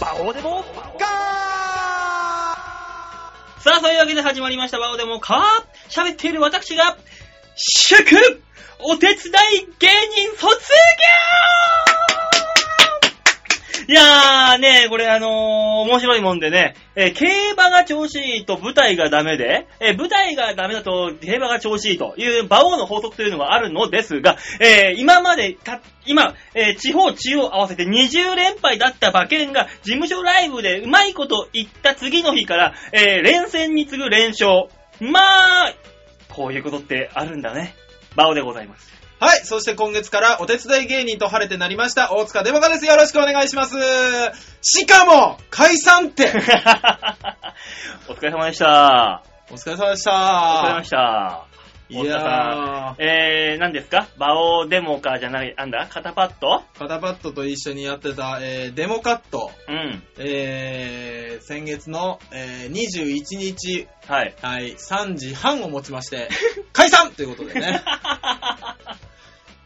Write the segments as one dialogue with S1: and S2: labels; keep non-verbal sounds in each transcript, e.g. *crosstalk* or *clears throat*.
S1: バオデモガー
S2: さあ、そういうわけで始まりました、バオデモカー喋っている私が、祝お手伝い芸人卒業いやーね、これあのー、面白いもんでね、えー競馬が調子いいと舞台がダメで、えー舞台がダメだと競馬が調子いいという馬王の法則というのがあるのですが、えー今までた、今、えー地方中央合わせて20連敗だった馬券が事務所ライブでうまいこと言った次の日から、えー連戦に次ぐ連勝。まあ、こういうことってあるんだね。バオでございます。 *laughs*
S1: はい、そして今月からお手伝い芸人と晴れてなりました、大塚デモカです。よろしくお願いします。しかも、解散っ
S2: *laughs*
S1: て
S2: お疲れ様でした。
S1: お疲れ様でし
S2: お疲れ様
S1: た
S2: で。した。
S1: いや
S2: えー、何ですかバオデモカじゃない、なんだ肩パッド
S1: ー、カタパッドと一緒にやってた、えー、デモカット、
S2: うん。
S1: えー、先月の、えー、21日、
S2: はい。
S1: はい、3時半をもちまして、
S2: *laughs*
S1: 解散ということでね。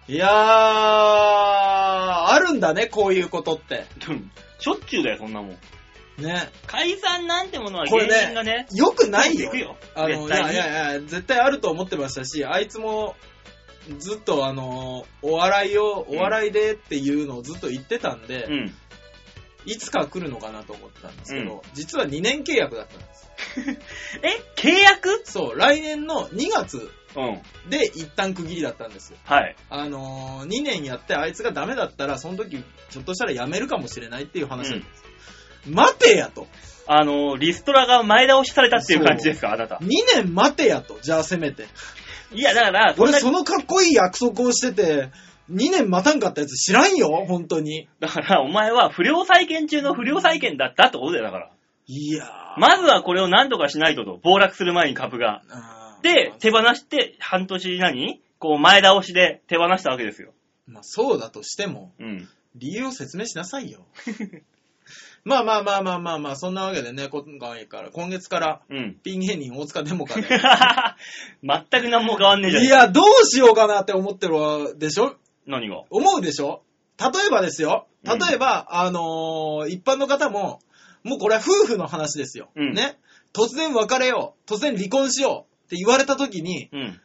S1: いやー、あるんだね、こういうことって。
S2: しょっちゅうだよ、そんなもん。
S1: ね。
S2: 解散なんてものは
S1: こ
S2: 芸
S1: れね
S2: 人がね、
S1: よくない
S2: 行
S1: よ
S2: く。よ。
S1: あの、
S2: 絶
S1: いや
S2: 対
S1: い
S2: に。
S1: やいや、絶対あると思ってましたし、あいつも、ずっとあの、お笑いを、お笑いでっていうのをずっと言ってたんで、
S2: うん。
S1: いつか来るのかなと思ってたんですけど、
S2: うん
S1: 実は2年契約だったんです。
S2: え、契約
S1: そう、来年の2月
S2: うん。
S1: で一旦区切りだったんですよ。
S2: はい。
S1: あのー、2年やってあいつがダメだったら、その時、ちょっとしたら辞めるかもしれないっていう話なんです。待てやと。
S2: あの、リストラが前倒しされたっていう感じですか、あなた。
S1: 2年待てやと。じゃあせめて。
S2: いや、だから、そん
S1: 俺
S2: な
S1: そのかっこいい約束をしてて、2年待たんかったやつ知らんよ、本当に。
S2: だから、お前は不良債権中の不良債権だったってことだよ、だから。
S1: いやー。
S2: まずはこれを何とかしないとと、暴落する前に株が。
S1: あー
S2: で
S1: まあ、
S2: 手放して、半年何こう、前倒しで手放したわけですよ。
S1: まあそうだとしても、
S2: うん。
S1: 理由を説明しなさいよ。 *laughs* まあまあまあまあまあまあ、そんなわけでね、今回から、今月から、
S2: うん。 *laughs*
S1: ピン芸人大塚デモカで。
S2: 全く何も変わんねえじゃん。
S1: いや、どうしようかなって思ってるわでしょ
S2: 何が
S1: 思うでしょ例えばですよ。
S2: うん
S1: 例えば、あのー一般の方も、もうこれは夫婦の話ですよ。
S2: うん
S1: ね。突然別れよう。突然離婚しようって言われた時に、
S2: うん。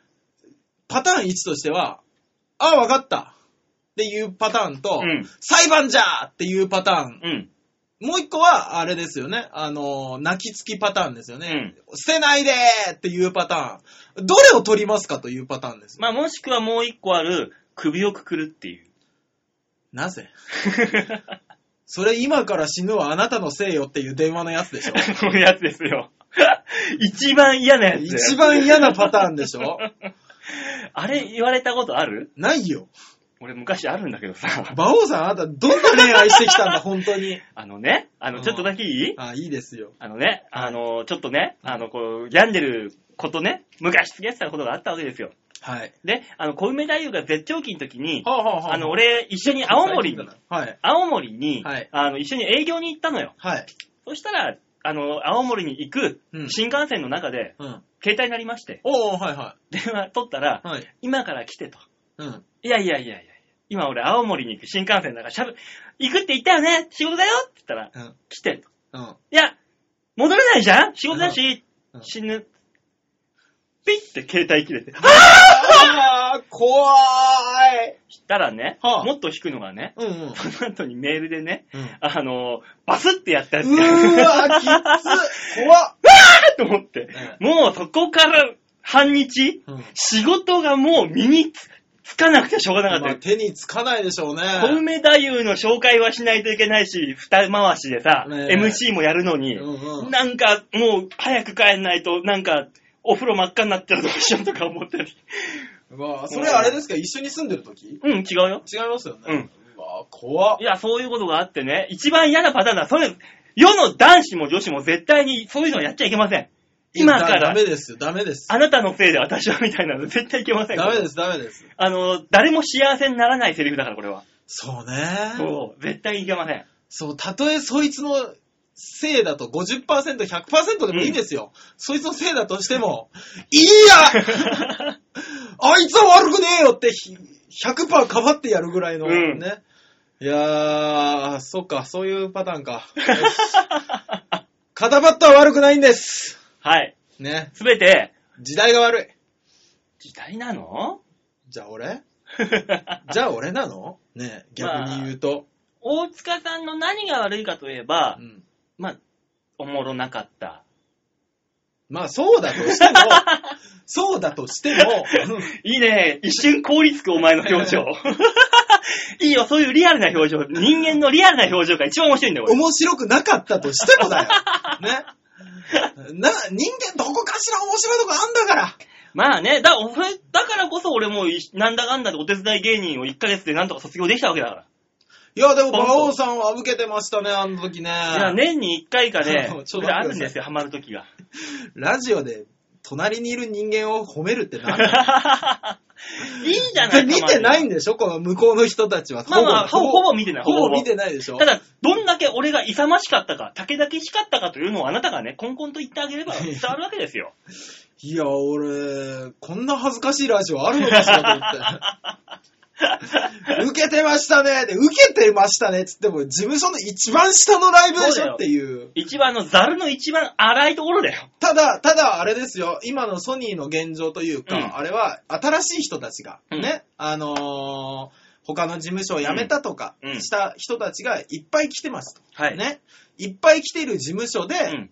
S1: パターン1としては、ああ、わかったっていうパターンと、
S2: うん
S1: 裁判じゃっていうパターン。
S2: うん。
S1: もう一個は、あれですよね。あのー泣きつきパターンですよね。捨てないでーっていうパターン。どれを取りますかというパターンですよ。
S2: まあ、もしくはもう一個ある、首をくくるって
S1: *laughs*
S2: いう。
S1: なぜそれ今から死ぬはあなたのせいよっていう電話のやつでしょ
S2: この *laughs* やつですよ。一番嫌なやつだよ。
S1: 一番嫌なパターンでしょ
S2: あれ言われたことある
S1: ないよ。
S2: 俺昔あるんだけどさ。
S1: 馬王さんあなたどんな恋愛してきたん
S2: *laughs*
S1: だ、本当に。
S2: あのね、あ
S1: う
S2: の、
S1: ん
S2: ちょっとだけいい
S1: あ、いいですよ。
S2: あのね、あの、ちょっとね、あの、こう、病んでることね、昔付き合ってたことがあったわけですよ。
S1: はい。
S2: で、あの、小梅太夫が絶頂期の時に、
S1: はあ、は
S2: あの、、俺、一緒に青森に、
S1: はい。
S2: 青森に、
S1: はい
S2: あの、一緒に営業に行ったのよ。
S1: はい。
S2: そしたら、あの、青森に行く
S1: うん
S2: 新幹線の中で、
S1: うん。
S2: 携帯になりまして、
S1: おー、はいは
S2: 電話取ったら
S1: い。、はい。
S2: 今から来てと。
S1: うん。
S2: いやいやいやいや、今俺青森に行く新幹線だからしゃぶ、行くって言ったよね仕事だよって言ったら、
S1: うん。
S2: 来てと。
S1: うん。
S2: いや、戻れないじゃん仕事だし
S1: うんう、ん
S2: 死ぬ。ピッて携帯切れて。
S1: あー、怖ーい。
S2: したらね、
S1: はあ
S2: もっと引くのがね、
S1: うんうん。
S2: その後にメールでね、
S1: うん
S2: *laughs* あの、バスってやったやつ
S1: う
S2: が
S1: ーわ、きつ怖っ。
S2: *laughs* と思って、もうそこから半日、
S1: うん
S2: 仕事がもう身につつかなくてしょうがなか
S1: ま
S2: っ
S1: あ
S2: た。
S1: 手につかないでしょうね。
S2: 小梅太夫の紹介はしないといけないし、二回しでさ、
S1: ねえ
S2: MC もやるのに、
S1: うんうん
S2: なんかもう早く帰んないと、なんかお風呂真っ赤になったらどうしようとか思ったり。 *laughs*
S1: うわそれあれですか一緒に住んでる時
S2: うん、違うよ。
S1: 違いますよね。
S2: うん。
S1: うわ怖っ
S2: い。や、そういうことがあってね、一番嫌なパターンだ。それ、世の男子も女子も絶対にそういうのやっちゃいけません。今か
S1: いやダ
S2: ら
S1: メ、ですよ、ダメです。
S2: あなたのせいで私はみたいなの絶対いけません。
S1: ダメです、ダメです。
S2: あの、誰も幸せにならないセリフだから、これは。
S1: そうね。
S2: そう、絶対いけま
S1: *laughs*
S2: せん。
S1: そう、たとえそいつのせいだと50%、100%でもいいんですよ。そいつのせいだとしても、いいやあいつは悪くねえよってひ100%かばってやるぐらいの
S2: うん
S1: ね。いやー、そっか、そういうパターンか。よし肩バットは悪くないんです。
S2: はい。
S1: ね。
S2: すべて、
S1: 時代が悪い。
S2: 時代なの *laughs*
S1: じゃあ俺じゃあ俺なのね逆に言うと。
S2: 大塚さんの何が悪いかといえば、
S1: うん
S2: まあ、おもろなかった。
S1: まあ、そうだとしても、そうだとしても、
S2: いいね。一瞬凍りつくお前の表
S1: *laughs*
S2: 情。いいよ、そういうリアルな表情。人間のリアルな表情が一番面白いんだよ、俺。
S1: 面白くなかったとしてもだよ。ね。な、人間どこかしら面白いとこあんだから。
S2: まあね、だお前だからこそ俺もい、なんだかんだでお手伝い芸人を1ヶ月でなんとか卒業できたわけだか
S1: いや、でも、
S2: 本当
S1: 馬王さんは受けてましたね、あの時ね。
S2: ら。いや、年に1回か *laughs* ね
S1: ちょっと待ってください
S2: 俺あるんですよ、ハマる時が。
S1: ラジオで、隣にいる人間を褒めるってなんだ
S2: *laughs* いいじゃない
S1: 見てないいんでしょこの向こうの人たちは。
S2: まあまあ、ほぼほぼ見てない。
S1: ほぼ見てないでしょ
S2: ただ、どんだけ俺が勇ましかったか、たけだけしかったかというのをあなたがね、コンコンと言ってあげ
S1: *laughs*
S2: れば伝わるわけですよ。 *laughs*
S1: いや、俺、こんな恥ずかしいラジオあるのかしら
S2: *laughs*
S1: と思って。受けてましたねで、受けてましたねっつっても、事務所の一番下のライブでしょっていう。
S2: 一番のザルの一番荒いところだよ。
S1: ただ、ただ、あれですよ、今のソニーの現状というか、
S2: うん
S1: あれは、新しい人たちが、
S2: うん
S1: ね、あのー他の事務所を辞めたとか
S2: うんうん
S1: した人たちがいっぱい来てますと。
S2: はい。
S1: ね。いっぱい来てる事務所で、
S2: うん。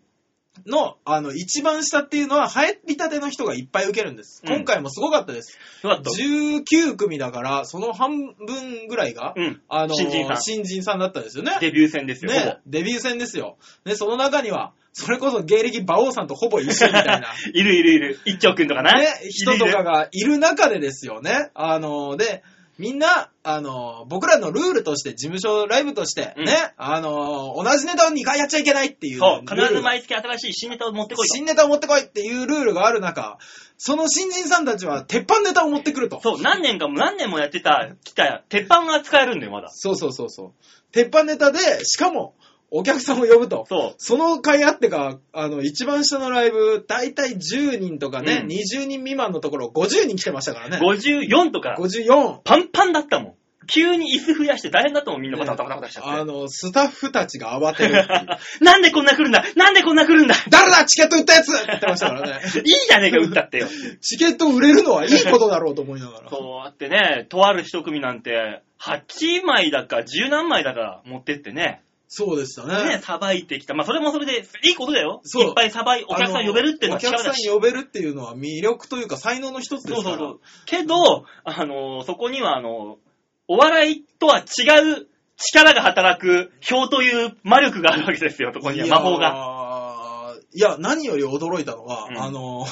S1: の、あの、一番下っていうのは、入りたての人がいっぱい受けるんです。
S2: うん
S1: 今回もすごかったです。
S2: そうだった。
S1: 19組だから、その半分ぐらいが、
S2: うん。
S1: あの、
S2: 新人さん
S1: 新人さんだったんですよね。
S2: デビュー戦ですよ。
S1: *laughs* ね、デビュー戦ですよ。ね、その中には、それこそ芸歴馬王さんとほぼ一緒みたい
S2: *laughs* ほ
S1: な。
S2: ぼいるいるいる。一丁くんとかな。
S1: ね、
S2: いる
S1: 人
S2: い
S1: と
S2: る
S1: かがいる中でですよね。あの、で、みんな、あの、僕らのルールとして、事務所ライブとして、
S2: うん
S1: ね、あの、同じネタを2回やっちゃいけないっていう。
S2: そう。必
S1: ルー
S2: ず
S1: ル
S2: 毎月新しい新ネタを持ってこい
S1: 新ネタを持ってこいっていうルールがある中、その新人さんたちは鉄板ネタを持ってくると
S2: と。。そう。何年かも何年もやってた、来た、鉄板が使えるんだよ、まだ。
S1: そうそうそうそう。鉄板ネタで、しかも、お客さんを呼ぶと。
S2: そう。
S1: その回あってか、あの、一番下のライブ、だいたい10人とかね、
S2: うん
S1: 20人未満のところ、50人来てましたからね。
S2: 54とか、
S1: 54。
S2: パンパンだったもん。急に椅子増やして大変だったもん、みんなバタバタバタバタしちゃって
S1: あ。の、スタッフたちが慌てるっていう。 *laughs*
S2: *laughs* なんでこんな来るんだなんでこんな来るんだ *laughs*
S1: 誰だチケット売ったやつって言ってましたからね。 *laughs*
S2: いいじゃねえか、打ったってよ。
S1: チケット売れるのはいいことだろうと思いながら。
S2: そうやってね、とある一組なんて、8枚だか、十何枚だか持ってってね、
S1: そうでした
S2: ね、さばいてきた。まあ、それもそれで、いいことだよ。
S1: そう
S2: いっぱいさばい、お客さん呼べるっていうのは
S1: あのお
S2: 力
S1: 客さ
S2: だし。
S1: ん呼べるっていうのは魅力というか才能の一つで
S2: そう
S1: すか
S2: そ
S1: ら。
S2: うそう。けど、あの、そこには、あの、お笑いとは違う力が働く、票という魔力があるわけですよ、そこには、魔法が。
S1: が。いや、何より驚いたのは、
S2: うん
S1: あの、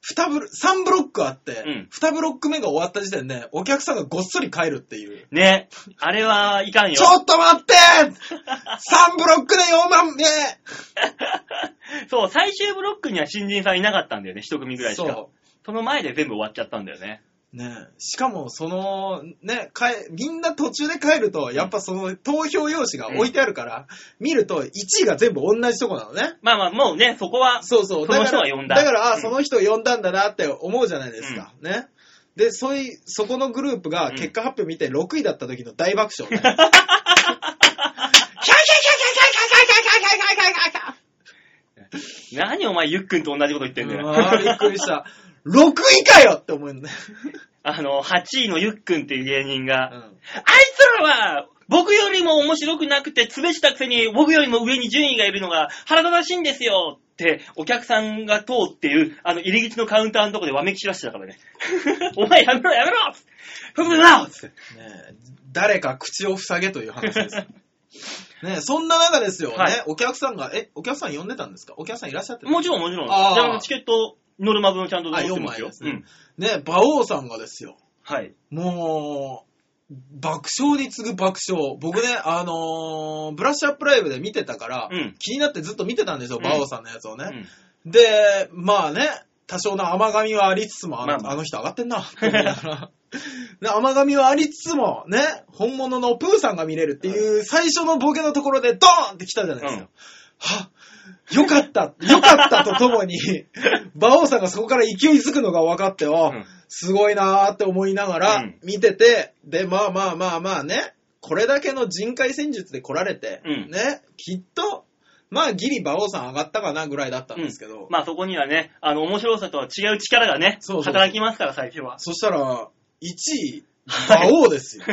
S1: 二ブロ3ブロックあって、
S2: うん
S1: 2ブロック目が終わった時点で、お客さんがごっそり帰るっていう。
S2: ね、あれはいかんよ。
S1: ちょっと待って !3 ブロックで4番目
S2: そう、最終ブロックには新人さんいなかったんだよね、一組ぐらいしか。
S1: そ
S2: その前で全部終わっちゃったんだよね。
S1: う。ねえしかも、その、ね、かえ、みんな途中で帰ると、やっぱその投票用紙が置いてあるから、見ると1位が全部同じとこなのね。
S2: まあまあ、もうね、そこは、
S1: そうそう。
S2: その
S1: だ
S2: 人
S1: か
S2: は
S1: ら
S2: 呼んだ
S1: だから、あ
S2: うん
S1: その人を呼んだんだなって思うじゃないですか。ね。で、そういう、そこのグループが
S2: うん
S1: 結果発表見て6位だった時の大爆笑ね、
S2: 何お前、ゆっくんと同じこと言ってんだ
S1: うわーびっ
S2: よ。
S1: くりした。6位かよって思うのね。
S2: *laughs* あの、8位のゆっくんっていう芸人が、
S1: うん
S2: あいつらは、僕よりも面白くなくて、潰したくせに、僕よりも上に順位がいるのが腹立たしいんですよって、お客さんが通っていう、あの、入り口のカウンターのとこでわめき散らしてたから
S1: *laughs*
S2: ね。お前やめろやめろふぶなつって
S1: ねえ誰か口を塞げという話
S2: *laughs*
S1: です。ねえそんな中ですよね、
S2: はい
S1: お客さんが、え、お客さん呼んでたんですかお客さんいらっしゃってた
S2: もちろんもちろん。
S1: あー
S2: ちゃんとチケット、ノルマ分ちゃんと持ってますよ。う
S1: あ四枚で
S2: ん。
S1: ねえ馬王さんがですよ。
S2: はい。
S1: もう、爆笑に次ぐ爆笑。僕ね、あのーブラッシュアップライブで見てたから、
S2: うん
S1: 気になってずっと見てたんですよ、
S2: うん
S1: バオさんのやつを
S2: う
S1: ね。
S2: ん
S1: で、まあね、多少の甘髪はありつつも、あの,、
S2: まあまあ
S1: あの人上がって
S2: *laughs*
S1: んな、って思いながらで甘髪はありつつも、ね、本物のプーさんが見れるっていう最初のボケのところでドーンって来たじゃないですか。
S2: うん
S1: はよかった、よかったととも
S2: *laughs*
S1: に、馬王さんがそこから勢いづくのが分かって、
S2: う
S1: は
S2: ん
S1: すごいなーって思いなが
S2: う
S1: ら
S2: ん
S1: 見てて、で、まあまあまあまあね、これだけの人海戦術で来られて、
S2: うん
S1: ね、きっと、まあ、ギリ馬王さん上がったかなぐらいだったんですけど、
S2: まあそこにはね、あの、面白さとは違う力がね、
S1: そうそうそう
S2: 働きますから、最初は。
S1: そしたら、1位、
S2: は
S1: 馬
S2: い
S1: 王ですよ。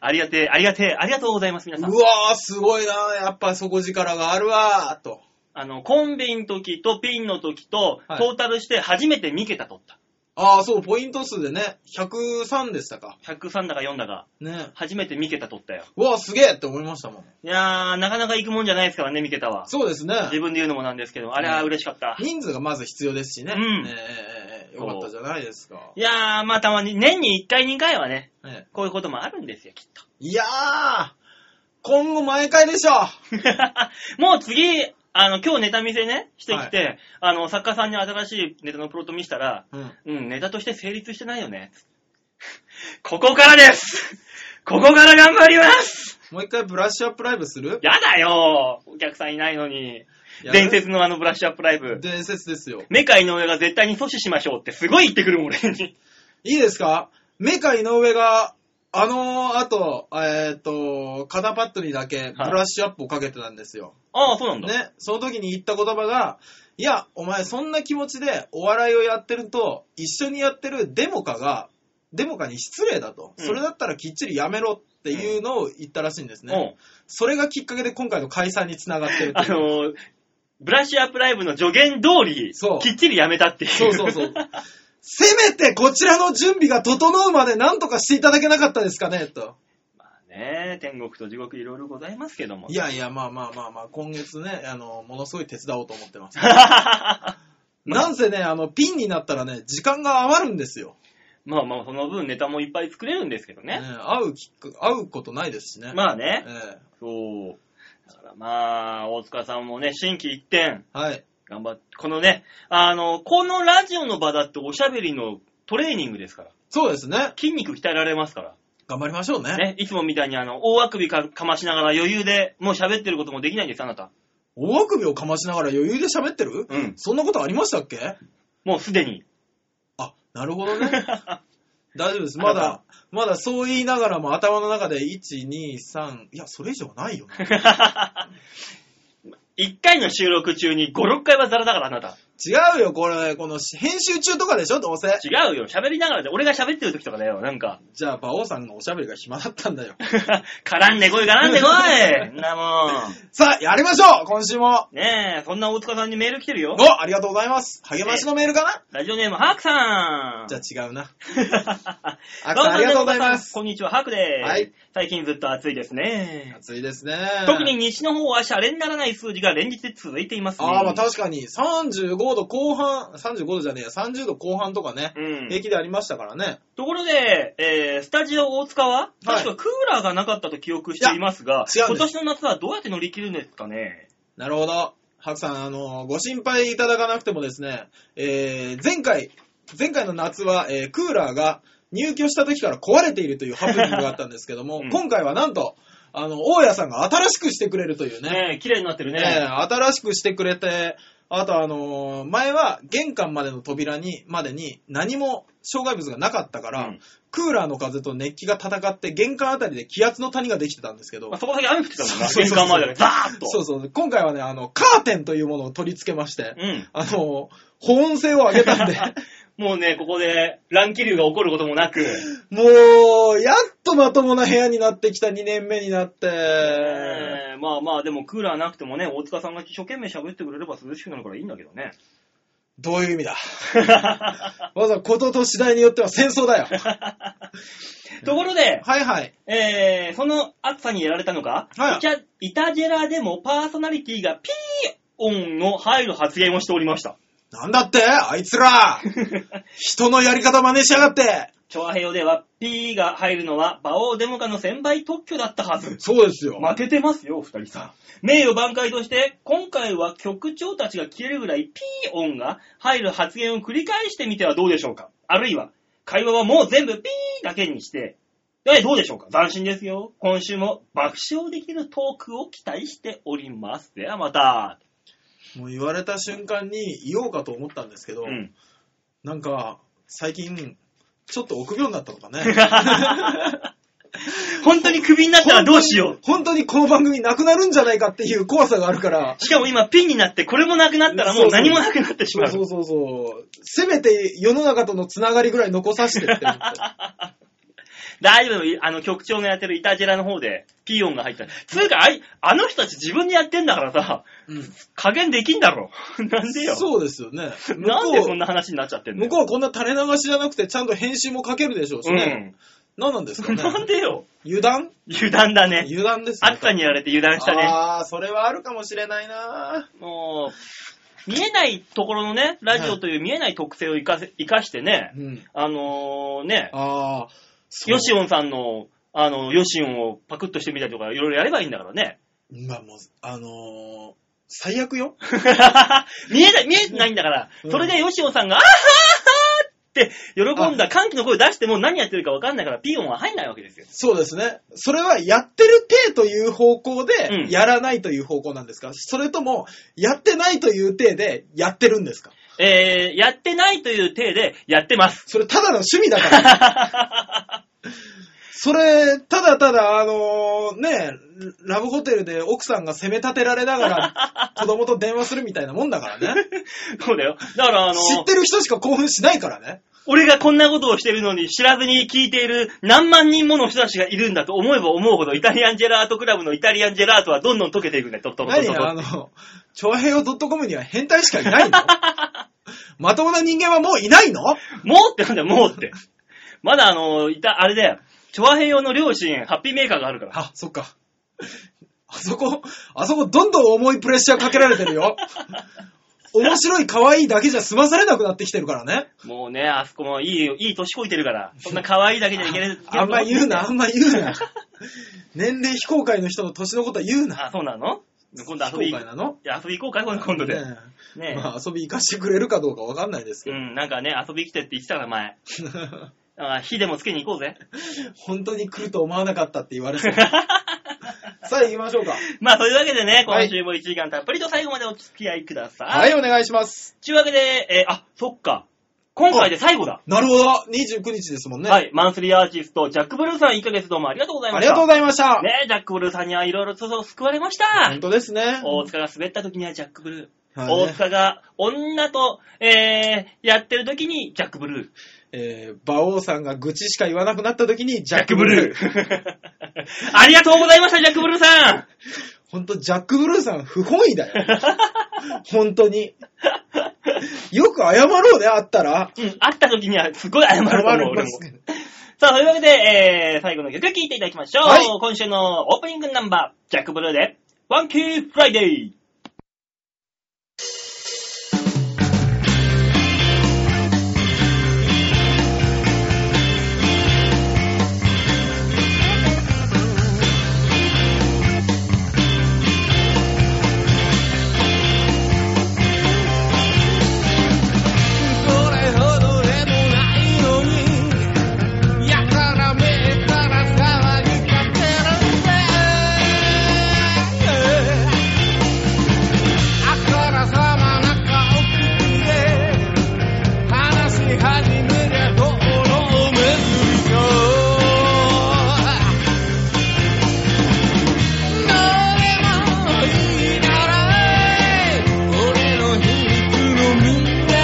S2: ありがてえ、ありがてえ、ありがとうございます、皆さん
S1: う。わー、すごいなやっぱ底力があるわー、と。
S2: あの、コンビの時とピンの時と、
S1: はい
S2: トータルして初めて2桁取った。
S1: ああ、そう、ポイント数でね、103でしたか。
S2: 103だか4だか、
S1: ね。
S2: 初めて2桁取ったよ。
S1: うわー、すげえって思いましたもん。
S2: いやー、なかなか行くもんじゃないですからね、2桁は。
S1: そうですね。
S2: 自分で言うのもなんですけど、あれは嬉しかった。
S1: 人数がまず必要ですしね。
S2: うん
S1: ええええよかったじゃないですか。
S2: いやー、まあたまに、年に1回2回はね、
S1: ね
S2: こういうこともあるんですよ、きっと。 *laughs*
S1: いやー、今後毎回でしょ。
S2: もう次、あの、今日ネタ見せね、してきて、あの、作家さんに新しいネタのプロット見したら、
S1: うん。
S2: うん、ネタとして成立して *laughs* ないよね。ここからですここから頑張ります
S1: もう一回ブラッシュアップライブする
S2: やだよお客さんいないのに。
S1: やる
S2: 伝説のあのブラッシュアップライブ。
S1: 伝説ですよ。
S2: メカ井上が絶対に阻止しましょうってすごい言ってくるもん、俺に。
S1: いいですかメカ井上が、あのー、あと、えっ、と、肩パッドにだけブラッシュアップをかけてたんですよ。
S2: ああ、そうなんだ。
S1: ね、その時に言った言葉が、いや、お前そんな気持ちでお笑いをやってると、一緒にやってるデモカが、デモカに失礼だと。
S2: うん
S1: それだったらきっちりやめろっていうのを言ったらしいんですね。
S2: うん
S1: それがきっかけで今回の解散につながってると
S2: あ
S1: いう
S2: のーブラッシュアップライブの助言通り、
S1: そう
S2: きっちりやめたっていう。
S1: そうそう *laughs* そう。せめてこちらの準備が整うまで何とかしていただけなかったですかね、と。
S2: *laughs* まあね、天国と地獄いろいろございますけども。
S1: いやいや、まあまあまあまあ、今月ね、あの、ものすごい手伝おうと思ってます。なんせね、あの、ピンになったらね、時間が余るんですよ。
S2: *laughs* まあまあ、その分ネタもいっぱい作れるんですけど
S1: ね
S2: ね。
S1: 会うきっか会うことないですしね。
S2: まあね。
S1: え
S2: そう。だからまあ、大塚さんもね、心機一転、
S1: えはい。
S2: 頑張って、このね、あの、このラジオの場だっておしゃべりのトレーニングですから。
S1: そうですね。
S2: 筋肉鍛えられますか
S1: 頑張りましょうね。
S2: ら。ね、いつもみたいにあの、大あくびかかましながら余裕で、もう喋ってることもできないんです、あなた。
S1: 大あくびをかましながら余裕で喋ってる、
S2: うん。
S1: そんなことありましたっけ
S2: もうすでに。 *laughs*
S1: あ、なるほどね。大丈夫です。ま
S2: あな
S1: だ、まだそう言いながらも頭の中で1、2、3、いや、それ以上ないよね。
S2: 一回の収録中に5、6回はザラだから、あなた。
S1: 違うよ、これ、この編集中とかでしょ、どうせ。
S2: 違うよ、喋りながらで、俺が喋ってる時とかだよ、なんか。 *laughs*
S1: じゃあ、馬王さんのおしゃべりが暇だったんだよ。
S2: 絡んでこい、絡んでこいんなも
S1: さあ、やりましょう今週も
S2: ん。ねえ、そんな大塚さんにメール来てるよ。
S1: おありがとうございます励ましのメールかな
S2: ラジオネーム、ハークさん。
S1: じゃあ違うな。
S2: *laughs* あ、
S1: あありがとうございます
S2: こんにちは、ハークです。
S1: はい
S2: 最近ずっと暑いですね。
S1: 暑いですね。
S2: 特に西の方はシャレにならない数字が連日続いていますね。
S1: ああ、まあ確かに、35度後半、35度じゃねえや、30度後半とかね、
S2: うん
S1: 平気でありましたからね。
S2: ところで、えースタジオ大塚は、
S1: はい
S2: 確かクーラーがなかったと記憶していますが、
S1: いや違うん
S2: 今
S1: です
S2: 年の夏はどうやって乗り切るんですかね
S1: なるほど。ハクさん、あの、ご心配いただかなくてもですね、えー、前回、前回の夏は、えー、クーラーが入居した時から壊れているというハプニングがあったんですけども、
S2: うん
S1: 今回はなんと、あの、大家さんが新しくしてくれるというね、
S2: ねえ、綺麗になってる
S1: ええ新しくしてくれて、あとあのー前は玄関までの扉に、までに何も障害物がなかったから、
S2: うん
S1: クーラーの風と熱気が戦って玄関あたりで気圧の谷ができてたんですけど
S2: まあ、、そこだけ雨降ってたもんな。
S1: そうそうそう
S2: 玄関までザーッと。
S1: そうそう、今回はね、あの、カーテンというものを取り付けまして、
S2: うん。
S1: あの、保温性を上げた
S2: *laughs*
S1: んで、
S2: もうね、ここで乱気流が起こることもなく、
S1: もう、やっとまともな部屋になってきた2年目になって、
S2: えーまあまあ、でもクーラーなくてもね、大塚さんが一生懸命喋ってくれれば涼しくなるからいいんだけど
S1: *laughs*
S2: ね。
S1: どういう意味だわざことと次第によっては戦争
S2: *laughs*
S1: だよ。
S2: ところで、
S1: はいはい。
S2: えー、その暑さにやられたのか、
S1: はい
S2: イチャイタジェラでもパーソナリティがピー音の入る発言をしておりました。
S1: なんだってあいつ
S2: *laughs*
S1: ら人のやり方真似しやがって
S2: チョアヘヨではピーが入るのは馬王デモカの先輩特許だったはず。
S1: そうですよ
S2: 負けてますよ、お二人さん。名誉挽回として、今回は局長たちが消えるぐらいピー音が入る発言を繰り返してみてはどうでしょうかあるいは、会話はもう全部ピーだけにして、え、どうでしょうか斬新ですよ。今週も爆笑できるトークを期待しております。ではまた。
S1: もう言われた瞬間に言おうかと思ったんですけど、
S2: うん。 *laughs* *laughs*
S1: なんか、最近、ちょっと臆病になったのかね。
S2: 本当にクビになったらどうしよう。
S1: 本当にこの番組なくなるんじゃないかっていう怖さがあるから。
S2: しかも今ピンになってこれもなくなったらもう何もなくなってしまう。
S1: そうそうそう。せめて世の中とのつながりぐらい残させてって
S2: *laughs*
S1: 思って。
S2: 大丈夫、あの局長がやってるイタジェラの方でピー音が入った。つうか、あいあの人たち自分でやってんだからさ、加減できんだろ。 *laughs* なんでよ。
S1: そうですよね。向
S2: なんで
S1: こ
S2: こ
S1: う、
S2: んな話になっちゃってんの
S1: 向こうはこんな垂れ流しじゃなくて、ちゃんと編集もかけるでしょうしね。何なんです
S2: う
S1: か
S2: ん。なん
S1: ね。
S2: でよ。
S1: 油断
S2: 油断だね。
S1: 油断ですね。
S2: あったにやられて油断したね。
S1: ああ、それはあるかもしれないな
S2: もう、見えないところのね、ラジオという見えない特性を生かせ生かしてね、
S1: うん。
S2: あのーね、
S1: ああ、そう
S2: ヨシオンさんの、あの、ヨシオンをパクッとしてみたりとか、いろいろやればいいんだからね。
S1: まあもう、あのー、最悪よ。
S2: *laughs* 見えない、見えてないんだから、
S1: うん
S2: それでヨシオンさんが、あはははって喜んだ歓喜の声出しても何やってるか分かんないから、ピー音は入んないわけですよ。
S1: そうですね。それはやってる体という方向
S2: うん
S1: で、やらないという方向なんですか、それとも、やってないという体で、やってるんですか
S2: えー、やってないという体でやってます。
S1: それただの趣味だから。それ、ただただ、あのーね、ラブホテルで奥さんが責め立てられながら、子供と電話するみたいなもんだからね。
S2: そうだよ。だから、あの、
S1: 知ってる人しか興奮しないからね。
S2: 俺がこんなことをしてるのに知らずに聞いている何万人もの人たちがいるんだと思えば思うほど、イタリアンジェラートクラブのイタリアンジェラートはどんどん溶けていくんだよ、とっととっと
S1: 何
S2: と
S1: あの、長平を .com には変態しかいな
S2: *laughs*
S1: いのまともな人間はもういないの
S2: もうってなんだよ、もうって。まだあの、いた、あれだよ。チョアヘヨの両親、ハッピーメーカーがあるから。
S1: あ、そっか。あそこ、あそこどんどん重いプレッシャーかけられてるよ。面白い可愛いだけじゃ済まされなくなってきてるからね。
S2: もうね、あそこもいい、いい年こいてるから。そんな可愛いだけじゃいけない。
S1: あんま言うな、あんま言うな。年齢非公開の人の年のことは言うな。
S2: あ、そうなの今度
S1: 非
S2: 遊
S1: 公
S2: び、い
S1: 開なの
S2: や遊び行こうか、今度今度で。ね
S1: ねえまあ遊び行かしてくれるかどうかわかんないです
S2: う
S1: けど。
S2: ん、なんかね、遊び来てって言ってたから、前。 *laughs* あ火でもつけに行こうぜ。 *laughs*
S1: 本当に来ると思わなかったって言われそう。さあ行きましょうか。
S2: まあ、というわけでね、
S1: は
S2: 今
S1: い
S2: 週も1時間たっぷりと最後までお付き合いください。
S1: はい、お願いします。
S2: というわけで、えーあ、そっか。今回で最後だ。
S1: なるほど。29日ですもんね。
S2: はい。マンスリーアーティスト、ジャック・ブルーさん、1ヶ月どうもありがとうござい
S1: あ
S2: ま
S1: り
S2: した。
S1: がとうございました。
S2: ねえ、ジャック・ブルーさんにはいろいろと救われまし
S1: 本
S2: た。
S1: 当ですね。
S2: 大塚が滑った時にはジャック・ブルー。
S1: はいね
S2: 大塚が女と、えー、やってる時にジャック・ブルー。
S1: えー、馬王さんが愚痴しか言わなくなった時にジ
S2: ジ
S1: ャックブルー。
S2: ー。 *laughs* ありがとうございました、ジャック・ブルーさん。
S1: ほんと、ジャックブルーさん不本意だよ。本当に。よく謝ろうね、あったら。
S2: うん、会った時にはすごい謝ると思う、俺も。
S1: けど。
S2: さあ、というわけで、えー、最後の曲聴いていただきましょう。
S1: はい
S2: 今週のオープニングナンバー、ジャック・ブルーで、ワンキー・フライデー。
S3: それほどでもないのにやたらめったら騒ぎかけるぜあからさまな顔つきで話し始めりゃどうのおめずりかどれもいいなら俺の秘密をみんな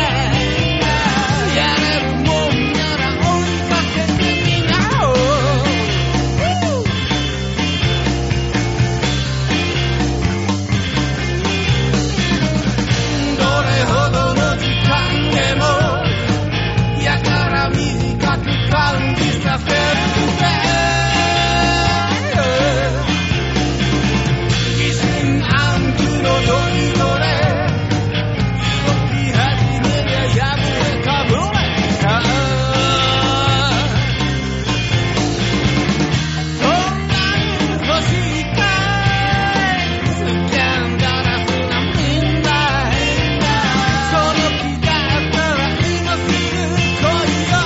S3: やれるもんなら追いかけてみなどれほどの時間でもやから短く感じさせるぜ疑心暗鬼のどにどれ動き始めりゃどうのおめずりかぶれかそんなに欲しいかいスキャンダラスなみんなその気だったら今すぐ来いよ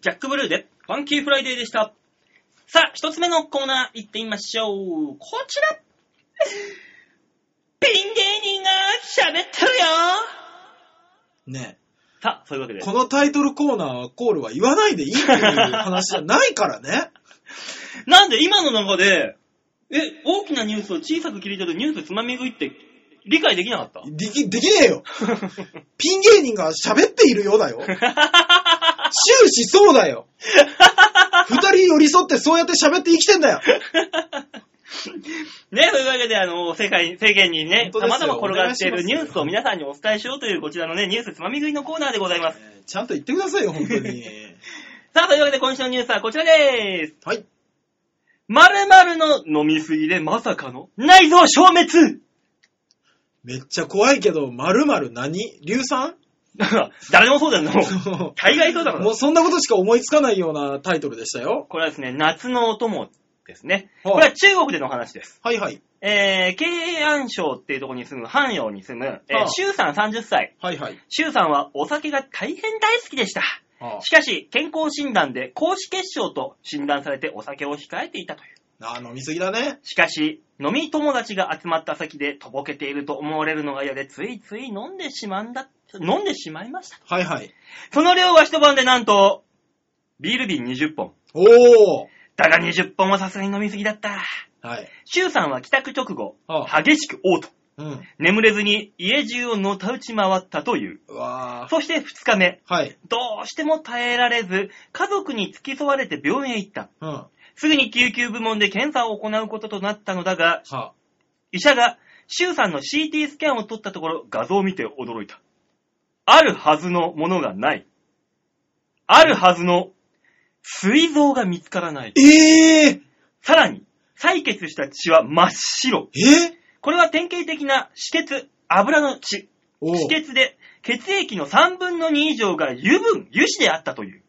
S2: ジャックブルーで、ファンキーフライデーでした。さあ、一つ目のコーナー行ってみましょう。こち
S1: *laughs*
S2: らピン芸人が喋ってるよ
S1: ね
S2: さあ、そういうわけで
S1: このタイトルコーナーはコールは言わないでいいっていう話じゃないから *laughs* ね。
S2: なんで今の中で、え、大きなニュースを小さく切り取るニュースつまみ食いって理解できなかった
S1: *laughs* でき、できねえよ。ピン芸人が喋っているようだよ。終始そうだよ。二人寄り添ってそうやって喋って生きてんだよ。
S2: ね、というわけで、あの、世界、世間にね、
S1: 本当
S2: た
S1: です
S2: ま
S1: よ
S2: たま転がっているニュースを
S1: お願いし
S2: 皆
S1: ますよ
S2: さんにお伝えしようという、こちらのね、ニュースつまみ食いのコーナーでございます。
S1: えーちゃんと言ってくださいよ、本当に。
S2: さあ、というわけで今週のニュースはこちらでーす。
S1: *laughs* はい。
S2: 〇〇の飲みすぎでまさかの内臓消滅
S1: めっちゃ怖いけど、まるまる何硫 *laughs* 酸
S2: *laughs* 誰でもそうだよ、もう。大概そうだから
S1: もうそんなことしか思いつかないようなタイトルでしたよ。
S2: これはですね、夏のお供ですね。
S1: はい
S2: これは中国でのお話です。
S1: はいはい。
S2: えー、慶安省っていうところに住む、藩陽に住む、え
S1: は
S2: ー、
S1: あ
S2: 周さん30歳。
S1: はいはい。
S2: 周さんはお酒が大変大好きでした。
S1: あ
S2: しかし、健康診断で高脂血症と診断されてお酒を控えていたという。
S1: あ飲みすぎだね。
S2: しかし、飲み友達が集まった先でとぼけていると思われるのが嫌で、ついつい飲んでしまんだ、飲んでしまいました。
S1: はいはい。
S2: その量は一晩でなんと、ビール瓶20本。
S1: おー。
S2: だが20本はさすがに飲みすぎだった。
S1: はい。
S2: 周さんは帰宅直後、
S1: あ
S2: 激しく嘔吐。
S1: うん。
S2: 眠れずに家中をのたうち回ったという。
S1: うわー。
S2: そして2日目、
S1: はい。
S2: どうしても耐えられず、家族に付き添われて病院へ行った。
S1: うん。は
S2: すぐに救急部門で検査を行うこととなったのだが、
S1: あ
S2: 医者が周さんの CT スキャンを取ったところ、画像を見て驚いた。あるはずのものがない。あるはずの、膵臓が見つからない。
S1: えー、
S2: さらに、採血した血は真っ白。
S1: え
S2: これは典型的な止血、油の血。
S1: お
S2: 止血で、血液の3分の2以上が油分、油脂であったという。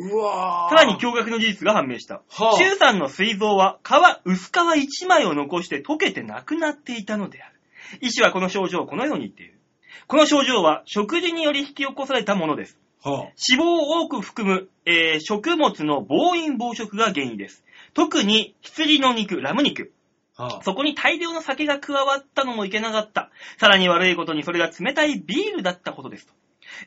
S1: うわ
S2: さらに驚愕の事実が判明した。
S1: はあ
S2: 周さんの膵臓は皮、薄皮1枚を残して溶けてなくなっていたのである。医師はこの症状をこのように言っている。この症状は食事により引き起こされたものです。
S1: は
S2: 脂肪を多く含む、えー食物の暴飲暴食が原因です。特に羊の肉、ラム肉。
S1: あ、はあ、
S2: そこに大量の酒が加わったのもいけなかった。さらに悪いことにそれが冷たいビールだったことですと。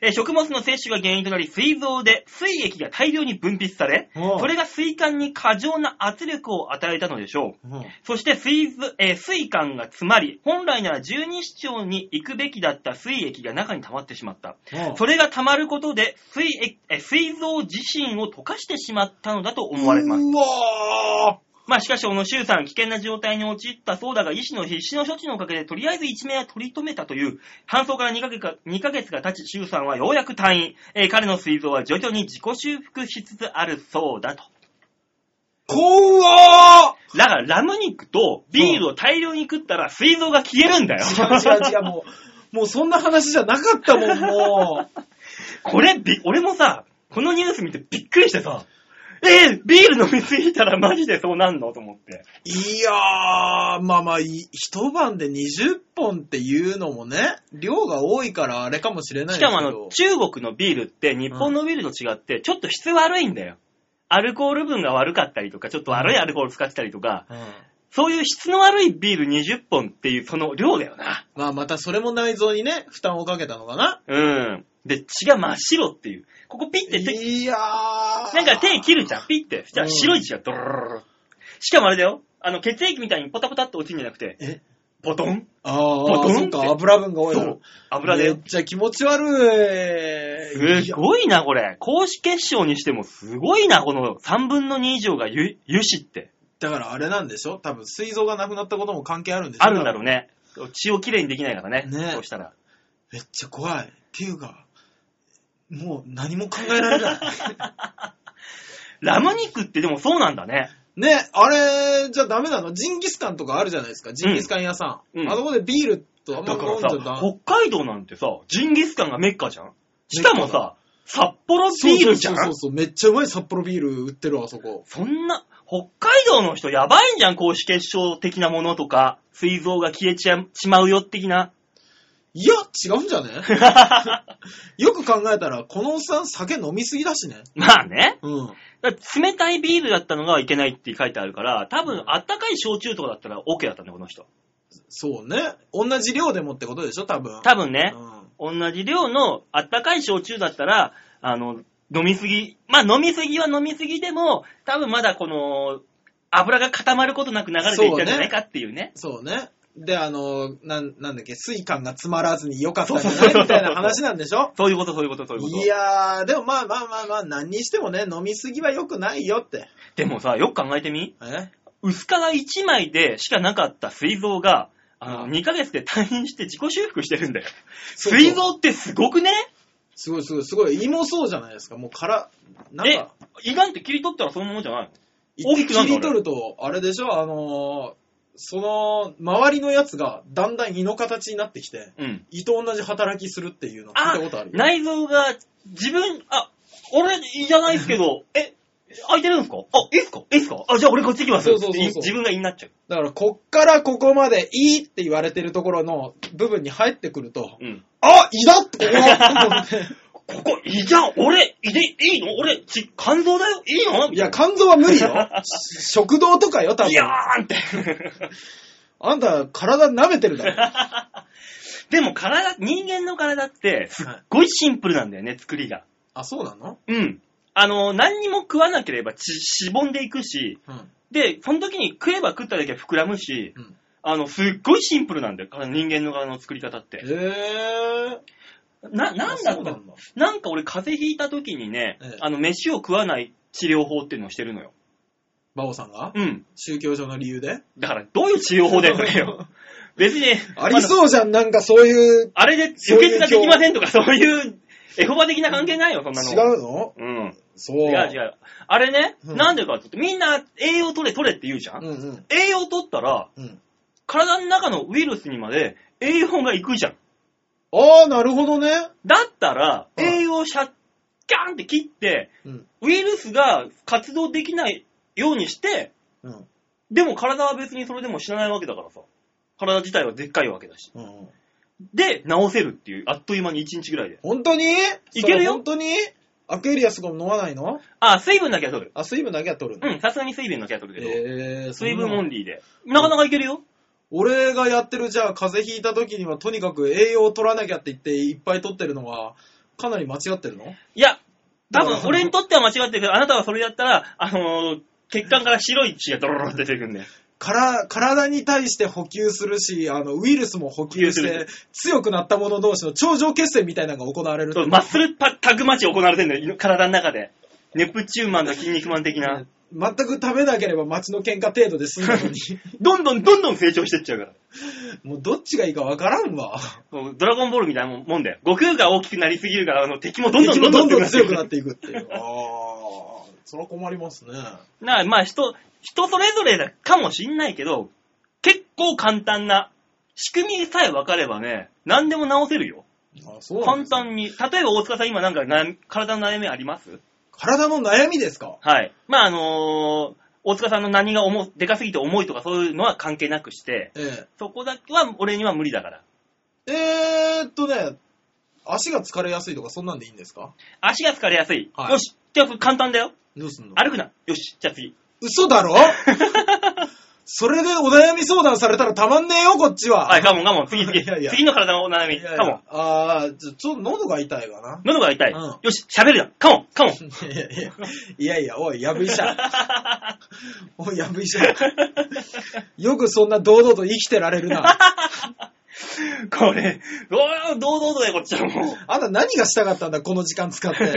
S2: えー食物の摂取が原因となり、膵臓で膵液が大量に分泌され、
S1: うん
S2: それが膵管に過剰な圧力を与えたのでしょう。
S1: うん
S2: そして膵臓、えー膵管が詰まり、本来なら十二指腸に行くべきだった膵液が中に溜まってしまった。
S1: うん
S2: それが溜まることで膵液、えー膵臓自身を溶かしてしまったのだと思われます。
S1: うわ
S2: まあしかし、小野周さん、危険な状態に陥ったそうだが、医師の必死の処置のおかげで、とりあえず一命は取り留めたという、搬送から2ヶ月か2ヶ月が経ち、周さんはようやく退院。えー彼の膵臓は徐々に自己修復しつつあるそうだと。
S1: ーこわ
S2: だから、ラム肉とビールを大量に食ったら、膵臓が消えるんだよ。
S1: ー違う違う違う、もう、もうそんな話じゃなかったもん、もう。
S2: これ、び、俺もさ、このニュース見てびっくりしてさ、えービール飲みすぎたらマジでそうなんのと思って。
S1: いやー、まあまあ、い一晩で20本っていうのもね、量が多いからあれかもしれない
S2: し
S1: です
S2: か
S1: けど。
S2: もあの、中国のビールって日本のビールと違って、ちょっと質悪いんだよ。アルコール分が悪かったりとか、ちょっと悪いアルコール使ってたりとか、
S1: うん
S2: そういう質の悪いビール20本っていうその量だよな。
S1: まあまたそれも内臓にね、負担をかけたのかな。
S2: うん。で、血が真っ白っていう。ここピッて手、
S1: いやー。
S2: なんか手切るじゃん、ピッて。じゃあ
S1: うん
S2: 白い血がドロロロロしかもあれだよ。あの、血液みたいにポタポタって落ちるんじゃなくて、
S1: え
S2: ポトン
S1: あ
S2: ポトンっ
S1: あ、
S2: て
S1: そっか、油分が多い
S2: そ
S1: の
S2: う。油で
S1: めっちゃ気持ち悪い。
S2: すごいな、これ。高脂血症にしてもすごいな、この3分の2以上が油油脂って。
S1: だからあれなんでしょ多分、膵臓がなくなったことも関係あるんでしょ
S2: あるんだろうね。血をきれいにできないからね。
S1: ね
S2: そうしたら。
S1: めっちゃ怖い。っていうか、もう何も考えられない。
S2: ラム肉ってでもそうなんだね。
S1: ね、あれじゃダメなのジンギスカンとかあるじゃないですか。ジンギスカン屋さん。
S2: うん
S1: あそこでビールとあんま
S2: だか
S1: 飲
S2: ら
S1: ん
S2: さ
S1: じゃダ、メ。
S2: 北海道なんてさ、ジンギスカンがメッカじゃんしかもさ、札幌ビールじゃん
S1: そうそうそうそう、めっちゃうまい札幌ビール売ってるわ、あそこ。
S2: そんな、北海道の人やば
S1: *laughs*
S2: いんじゃん、高脂血症的なものとか、膵臓が消えちゃちまうよ的な。
S1: いや、違うんじゃねよく考えたら、このおっさん酒飲みすぎだしね。
S2: まあね。
S1: うん。
S2: だから冷たいビールだったのがいけないって書いてあるから、多分あったかい焼酎とかだったら OK だったんだよ、この人。
S1: そうね。同じ量でもってことでしょ、多分。
S2: 多分ね
S1: う、ん。
S2: 同じ量のあったかい焼酎だったら、あの、飲みすぎ、まあ飲みすぎは飲みすぎでも、多分まだこの、油が固まることなく流れていったんじゃないかっていうね。
S1: そうね。で、あの、なん、なんだっけ、水管が詰まらずに良かったんじゃないみたいな話なんでしょ
S2: そういうこと、そういうこと、そういうこと。
S1: いやー、でもまあまあまあまあ、何にしてもね、飲みすぎは良くないよって。
S2: でもさ、よく考えてみ
S1: え
S2: 薄皮1枚でしかなかった膵臓が、あ
S1: ああ
S2: の、2ヶ月で退院して自己修復してるんだよ。
S1: そうそう
S2: 膵臓ってすごくね
S1: すごいすごいすごい。胃もそうじゃないですか。もう殻、なん
S2: え
S1: か、、
S2: 胃がんって切り取ったらそのものじゃないの
S1: 一
S2: 大き
S1: 滴
S2: くな
S1: 切
S2: んだ
S1: り取ると、あれでしょあのー、その、周りのやつがだんだん胃の形になってきて、
S2: うん。
S1: 胃と同じ働きするっていうの聞い
S2: あ
S1: たことある、よ
S2: 内臓が自分、あ、俺、胃じゃないですけど、え、空いてるんですかあ、いいっすかいいっすかあ、じゃあ俺こっち行きます。
S1: そうそうそうそう
S2: 自分が胃になっちゃう。
S1: だから、こっからここまでいいって言われてるところの部分に入ってくると、
S2: うん。
S1: あ、いだって
S2: *laughs*
S1: 思って。
S2: ここ、胃じゃん俺、胃でいいの俺、ち、肝臓だよいいの
S1: いや、肝臓は無理
S2: *laughs*
S1: よ。し食堂とかよ、多
S2: いや
S1: 分。
S2: ーんって。 *laughs*
S1: あんた、体舐めてるだろ。
S2: でも体、人間の体って、すっごいシンプルなんだよね、作りが。
S1: あ、そうなの
S2: うん。あの、何にも食わなければち、しぼんでいくし、
S1: うん。
S2: で、その時に食えば食っただけ膨らむし、
S1: うん
S2: あの、すっごいシンプルなんだよ、体人間の体の作り方っ
S1: へ
S2: て。
S1: ぇー。
S2: な、なん
S1: あ
S2: だ
S1: そ
S2: っ
S1: うな
S2: た
S1: んだ
S2: なんか俺風邪ひいた時にね、
S1: ええ
S2: あの、飯を食わない治療法っていうのをしてるのよ。
S1: バオさんが
S2: うん。
S1: 宗教上の理由で
S2: だから、どういう治療法だよ、それ
S1: *laughs*
S2: よ。別に、
S1: ありそうじゃん、なんかそういう、
S2: あれで輸血ができませんとか、そういう、エホバ的な関係ないよ、そんなの。
S1: 違うの
S2: うん。
S1: そう。
S2: 違う違う。あれね、
S1: うん
S2: なんでかって言って、みんな栄養取れ取れって言うじゃん、
S1: うんうん。
S2: 栄養取ったら、
S1: うん。
S2: 体の中のウイルスにまで栄養が行くじゃん。
S1: あー、なるほどね。
S2: だったら、
S1: うん
S2: 栄養をシャッ、キャーンって切って、
S1: うん。
S2: ウイルスが活動できないようにして、
S1: うん。
S2: でも体は別にそれでも死なないわけだからさ。体自体はでっかいわけだし。
S1: うん、
S2: で、治せるっていう、あっという間に1日ぐらいで。
S1: 本当に
S2: いけるよ
S1: それ本当にアクエリアスとかも飲まないの
S2: あ、水分だけは取る。
S1: あ、水分だけは取るの、
S2: うん、さすがに水分だけは取るけど。
S1: えー、
S2: 水分
S1: そんな
S2: オンリーで。なかなかいけるよ。
S1: 俺がやってるじゃあ風邪ひいた時にはとにかく栄養を取らなきゃって言っていっぱい取ってるのはかなり間違ってるの
S2: いや、多
S1: どう
S2: 分俺にとっては間違ってるけど、あなたはそれやったら、あのー血管から白い血がドロロロって出てくるんだよ。
S1: から体に対して補給するしあのウイルスも補給し
S2: 補給
S1: て強くなった者同士の頂上決戦みたいなのが行われる
S2: そうマッスルパタグマチ行われてんだよ、体の中で。ネプチューンマンと筋肉マン的な。
S1: 全く食べなければ街の喧嘩程度で済んだ *laughs* のに
S2: *laughs* どんどんどんどん成長してっちゃうから。
S1: もうどっちがいいかわからんわ
S2: そうドラゴンボールみたいなもんだよ。悟空が大きくなりすぎるから、あの敵もどんどんどんど
S1: ど
S2: ん
S1: んどん強くなってていくっていうああそれは困りますね
S2: くる。なあまあ人、人それぞれだかもしんないけど、結構簡単な。仕組みさえ分かればね、何でも治せるよ。
S1: あそうなん
S2: 簡
S1: ですね
S2: 単に。例えば大塚さん今なんか悩み体の悩みあります
S1: 体の悩みですか
S2: はい。まああのー大塚さんの何が重、でかすぎて重いとかそういうのは関係なくして、
S1: ええ
S2: そこだけは俺には無理だから。
S1: えー、っとね、足が疲れやすいとかそんなんでいいんですか
S2: 足が疲れやすい。
S1: はい
S2: よし。じゃあ簡単だよ。
S1: どうすんの
S2: 歩くな。よし。じゃあ次。
S1: 嘘だ *laughs* ろそれでお悩み相談されたらたまんねえよ、こっちは。
S2: はい、カモンカモン。次次。
S1: いやいや
S2: 次の体のお悩み。
S1: いやいや
S2: カモン。
S1: あーちょ、ちょっと喉が痛いかな。 *laughs*
S2: 喉が痛い。
S1: うん
S2: よし、喋るな。カモン、
S1: *laughs*
S2: カモン。
S1: いやいや、いやいや、おい、やぶ医 *laughs* 者。おい、やぶ医者。よくそんな堂々と生きてられるな。
S2: これ、おー堂々とだよ、こっちはもう。
S1: *laughs* あんた何がしたかったんだ、この時間使って。
S2: い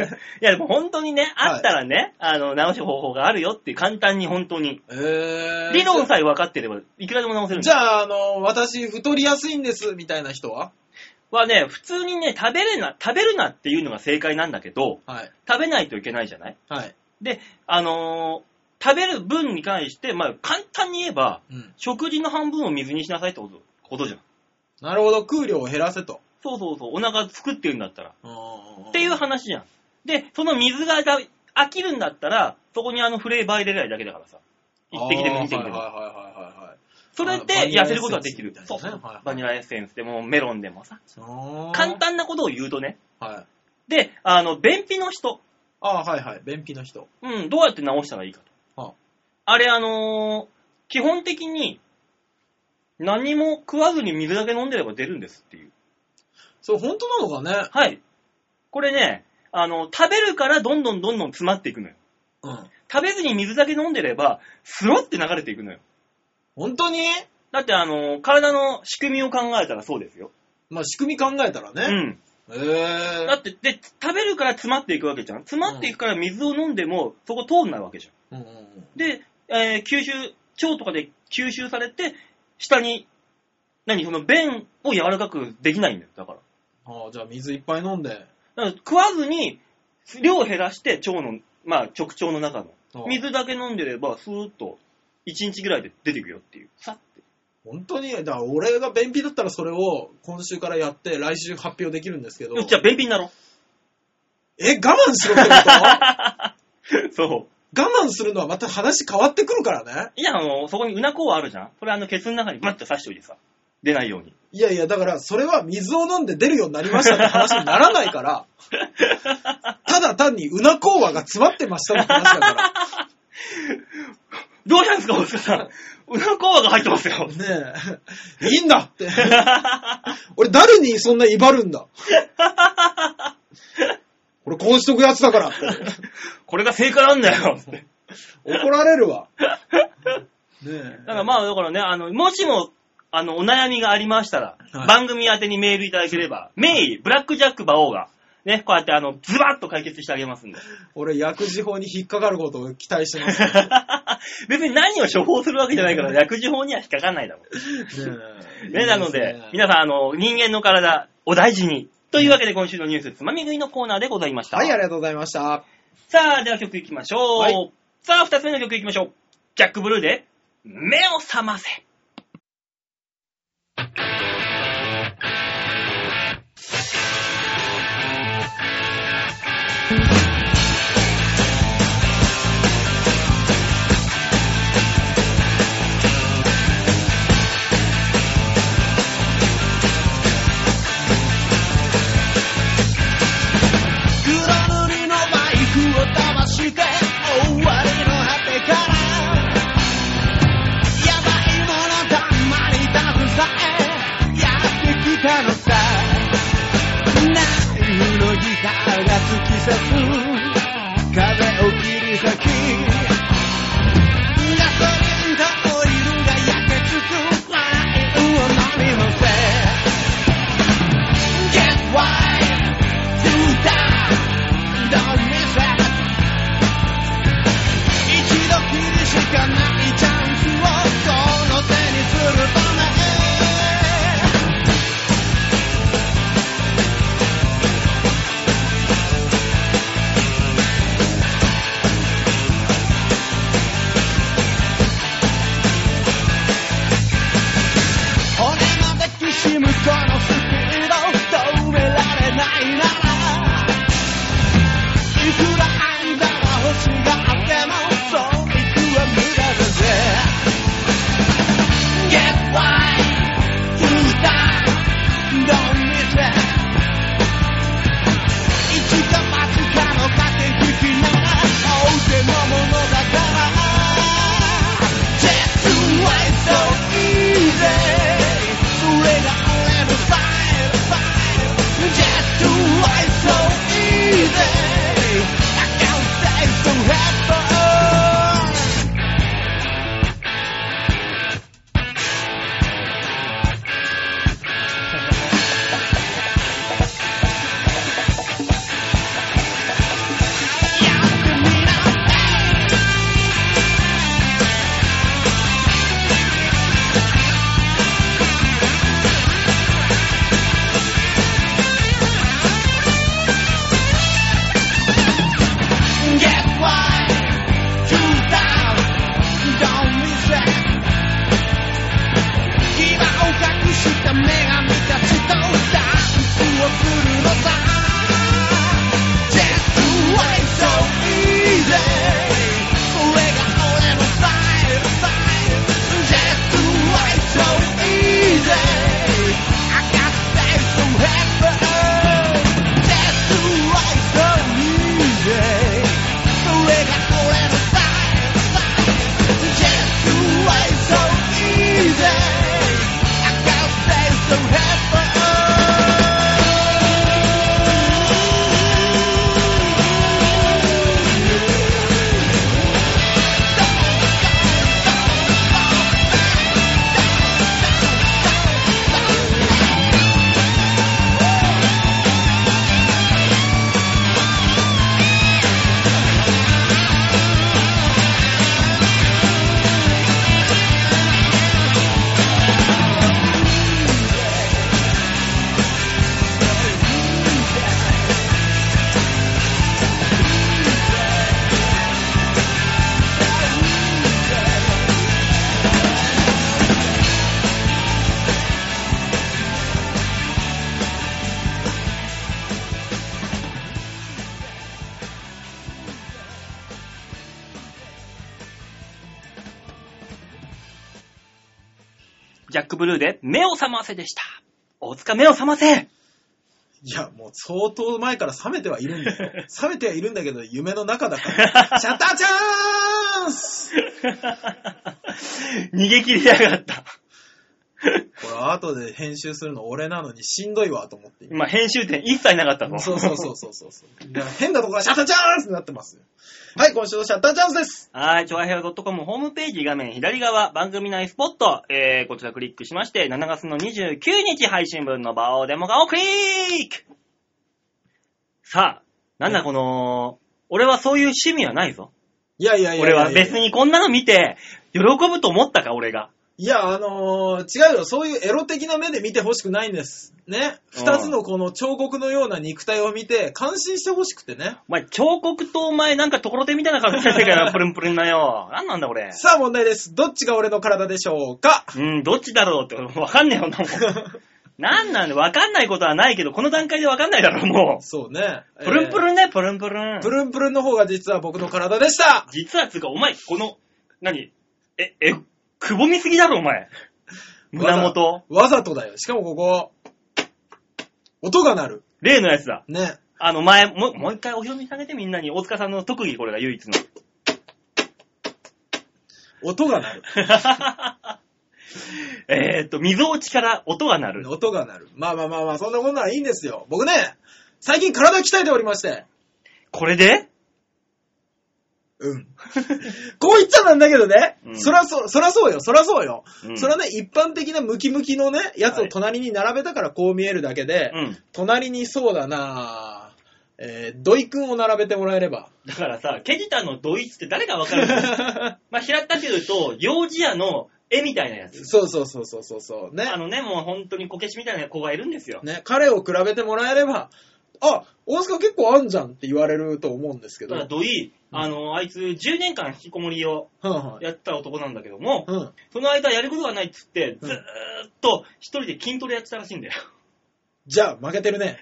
S2: や、でも本当にね、
S1: はい
S2: あったらね、あの、直す方法があるよって、簡単に本当に。
S1: *laughs* えー、
S2: 理論さえ分かってれば、いくらでも直せるん
S1: じゃあ、あの、私、太りやすいんです、みたいな人は
S2: はね、普通にね、食べれな、食べるなっていうのが正解なんだけど、
S1: はい。
S2: 食べないといけないじゃない
S1: はい。
S2: で、あのー食べる分に関して、まあ、簡単に言えば、
S1: うん。
S2: 食事の半分を水にしなさいってこと、ことじゃん。
S1: なるほど、空量を減らせと。
S2: そうそうそう、お腹作ってるんだったら。
S1: っ
S2: っていう話じゃん。で、その水がだ飽きるんだったら、そこにあのフレーバー入れりゃいいだけだからさ。一滴でも二滴で
S1: はいはい
S2: も。
S1: はいはいはいはい。
S2: それで痩せることができる。
S1: そ
S2: そうう
S1: ね。。は
S2: バニラエッセンスでもメロンでもさ、
S1: い。
S2: 簡。単なことを言うとね。
S1: はい。
S2: で、あの、便秘の人、
S1: あーはいはい。便秘の人。
S2: うん、どうやって治したらいいかと。
S1: は
S2: あれ、あのー基本的に、何も食わずに水だけ飲んでれば出るんですっていう。
S1: それ本当なのかね
S2: はい。これね、あの、食べるからどんどんどんどん詰まっていくのよ。
S1: うん。
S2: 食べずに水だけ飲んでれば、スロって流れていくのよ。
S1: 本当に
S2: だって、あのー体の仕組みを考えたらそうですよ。
S1: まあ仕組み考えたら
S2: う
S1: ね。
S2: ん。
S1: え
S2: だ
S1: え
S2: って、で、食べるから詰まっていくわけじゃん。詰まっていくから水を飲んでも、そこ通んないわけじゃん。
S1: うんうんうん。
S2: で、えー吸収、腸とかで吸収されて、下に、何、その便を柔らかくできないんだよ、だから。
S1: ああ、じゃあ水いっぱい飲んで。
S2: だから食わずに、量を減らして腸の、まあ直腸の中
S1: あ
S2: の、
S1: あ
S2: 水だけ飲んでれば、スーッと、1日ぐらいで出てくよっていう。さって。
S1: 本当に、だから俺が便秘だったらそれを今週からやって来週発表できるんですけど。
S2: よっじゃあ便秘になろう。
S1: え、我慢しろってこと *laughs*
S2: *laughs*
S1: 我
S2: そう。
S1: 慢するのはまた話変わってくるからね。
S2: いや、あの、そこにうなこはあるじゃん。それあの、ケツの中にバッと刺しておいてさ。出ないように。
S1: いやいや、だからそれは水を飲んで出るようになりましたって話にならない
S2: *laughs*
S1: から、ただ単にうなこうわが詰まってましたって話だか
S2: どうしたんですか、大塚さん。うなこはが入ってますよ。 *laughs*
S1: ら。ねえ、いいんだって。俺誰にそんな威張るんだ。俺こうしとくやつだからって。
S2: これが正解なんだよ。って
S1: 怒られるわ。ねえ。
S2: だからまあ、だからね、あの、もしも、あの、お悩みがありましたら、
S1: はい
S2: 番組宛てにメールいただければ、メイ、ブラックジャック馬王が、ね、こうやってあの、ズバッと解決してあげ
S1: *laughs*
S2: ますんで。
S1: 俺薬事法に引っかかることを期待してます。ね
S2: 別に何を処方するわけじゃないから、薬事法には引っかかんないだろ
S1: え
S2: う。ね、なので、
S1: いいすね
S2: 皆さん、あの、人間の体、お大事に。というわけで今週のニュースつまみ食いのコーナーでございました。
S1: はい、ありがとうございました。
S2: さあ、では曲いきましょう。
S1: はい
S2: さあ、二つ目の曲いきましょう。ジャック・ブルーで、目を覚ませ。
S3: 黒塗りのマイクを騙して終わりの果てからやばいものたまに携えやってきたのさナイフのギターが突き刺す風を切り裂きガソリンとオイルが焼けつく笑いを飲み干せ Get wild どう見せ一時はきりしかないチャンスをこの手にするとね
S2: ジャック・ブルーで、目を覚ませでした。大塚目を覚ま
S1: *laughs*
S2: せ
S1: いや、もう相当前から冷めてはいるん
S2: *laughs*
S1: だよ。冷めてはいるんだけど、夢の中だから。シャッターチャンス
S2: 逃げ切りやがった。
S1: これ後で編集するの俺なのにしんどいわと思って今。
S2: 今、編集点一切なかったぞ。
S1: *laughs* そうそうそうそうそうそう。だから変なところはシャッターチャンスってなってますよ。はい、今週のシャッターチャンスです
S2: はい、超平和 .com ホームページ画面左側、番組内スポット、えー、こちらクリックしまして、7月の29日配信分のバオデモ化をクリックさあ、なんだこの、俺はそういう趣味はないぞ。
S1: いやいやいやい
S2: 俺
S1: や
S2: は別にこんなの見て、喜ぶと思ったか、俺が。
S1: いや、あのー違うよ。そういうエロ的な目で見てほしくないんです。ね。
S2: うん
S1: 二つのこの彫刻のような肉体を見て、感心してほしくてね。
S2: お前、彫刻とお前なんかところてんみたいな感じだった
S1: *laughs*
S2: から、プルンプルンなよ。なんなんだ、俺。
S1: さあ問題です。どっちが俺の体でしょうか
S2: うん、どっちだろうって、わかんねえよ、なもん。
S1: *laughs*
S2: なんなんだ、わかんないことはないけど、この段階でわかんないだろ、も
S1: そうね。
S2: う。プルンプ
S1: ン、
S2: ルンね、プルンプルン。
S1: プルンプルンの方が実は僕の体でした
S2: 実はつうか、お前、この、何え、え、くぼみすぎだろ、お *laughs* 前。胸元。
S1: わざわざとだよ。しかもここ、音が鳴る。
S2: 例のやつだ。
S1: ね。
S2: あの、前、もう、もう一回お披露目してあげて、みんなに。大塚さんの特技、これが唯 *laughs* 一の。
S1: 音が鳴る。
S2: えーっと、溝落ちから音が鳴る。
S1: 音が鳴る。まあまあまあまあ、そんなことならいいんですよ。僕ね、最近体鍛えておりまして。
S2: これで
S1: うん。 *laughs* こう言っちゃなんだけどね、
S2: うん
S1: そらそ、そらそうよ、そらそうよ。
S2: うん
S1: そらね、一般的なムキムキのね、やつを隣に並べたからこう見えるだけで、
S2: うん。
S1: 隣にそうだなえー、土井くんを並べてもらえれば。
S2: だからさ、ケジタのドイツって誰かわか *laughs* るまあ、平ったく言うと、幼児屋の絵みたいなやつ。
S1: そうそうそうそうそうそう。ね
S2: あ。のね、もう本当にこけしみたいな子がいるんですよ。
S1: ね、彼を比べてもらえれば、あ、大塚結構あんじゃんって言われると思うんですけ
S2: だか
S1: ど。は
S2: ら
S1: ん
S2: ドイ、あの、あいつ10年間引きこもりを
S1: はん
S2: やった男なんだけども、
S1: うん。
S2: その間やることがないっつって、ずーっと一人で筋トレやってたらしいんだよ。
S1: じゃあ、負けてるね。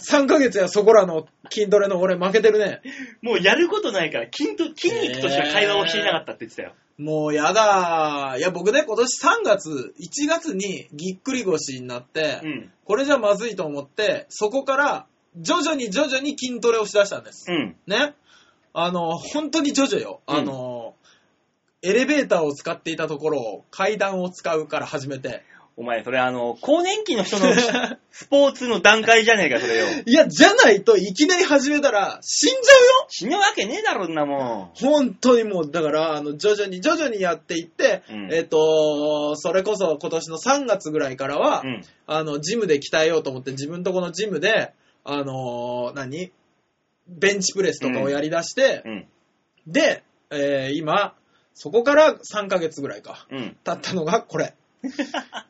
S1: 3ヶ月やそこらの筋トレの俺負けてるね。
S2: もうやることないから筋ト、筋肉としか会話をしていなかったって言ってたよ。
S1: もうやだー。いや、僕ね、今年3月、1月にぎっくり腰になって、
S2: うん。
S1: これじゃまずいと思って、そこから徐々に徐々に筋トレをしだしたんです。
S2: うん。
S1: ね。あの、本当に徐々よ。
S2: うん
S1: あの、エレベーターを使っていたところを階段を使うから始めて。
S2: お前、それあの、更年期の人 *laughs* のスポーツの段階じゃねえか、それよ。
S1: いや、じゃないといきなり始めたら死んじゃうよ
S2: 死ぬわけねえだろ、んなも
S1: 本当にもう、だから、あの、徐々に徐々にやっていって、
S2: うん
S1: えっ、と、それこそ今年の3月ぐらいからは、
S2: ん。うん。
S1: あの、ジムで鍛えようと思って、自分とこのジムで、あのー何ベンチプレスとかをやり出して、
S2: うん。
S1: で、えー今、そこから3ヶ月ぐらいか、
S2: うん。
S1: 経ったのがこれ。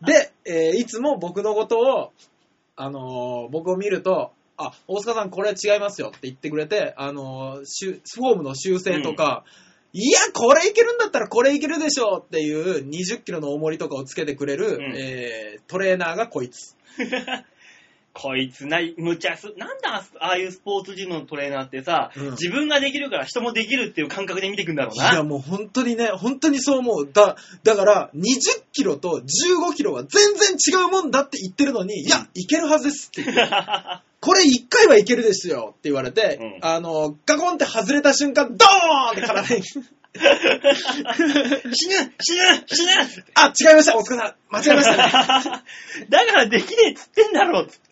S1: で、えーいつも僕のことを、あのー僕を見ると、あ、大塚さんこれ違いますよって言ってくれて、あのー修フォームの修正とか、いや、これいけるんだったらこれいけるでしょうっていう20キロの重りとかをつけてくれる、
S2: ん
S1: えートレーナーがこいつ。 *laughs*
S2: こいつな、無茶す、なんだ、ああいうスポーツジムのトレーナーってさ、
S1: うん
S2: 自分ができるから人もできるっていう感覚で見てくんだろう
S1: いや
S2: *laughs* な。
S1: もう本当にね、本当にそう思う。だ、だから、20キロと15キロは全然違うもんだって言ってるのに、いや、いけるはずですって。これ1回はいけるですよって言われて、
S2: うん
S1: あの、ガコンって外れた瞬間、ドーンって体に、
S2: 死ぬ死ぬ死ぬ
S1: あ、違いました、大塚さん。間違えまし
S2: だ
S1: た
S2: か
S1: ね。
S2: らできねえっつってんだろうっつって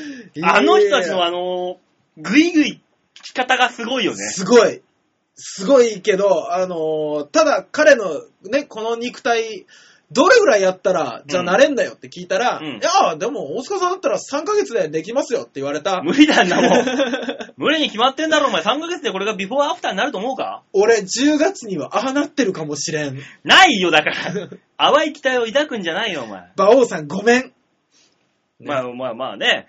S2: *laughs* あの人たちのあの、ぐいぐい聞き方がすごいよね。
S1: すごい。すごいけど、あのーただ彼のね、この肉体、どれぐらいやったら、じゃあなれんだよって聞いたら、
S2: うんうん
S1: いや、でも大塚さんだったら3ヶ月でできますよって言われた。
S2: 無理だんなもん。無理に決まってんだろ、お前。3ヶ月でこれがビフォーアフターになると思うか
S1: *laughs* 俺、10月にはああなってるかもしれん。
S2: ないよ、だ
S1: *laughs*
S2: から。淡い期待を抱くんじゃないよ、お前。
S1: 馬王さん、ごめん。
S2: まあまあまあね。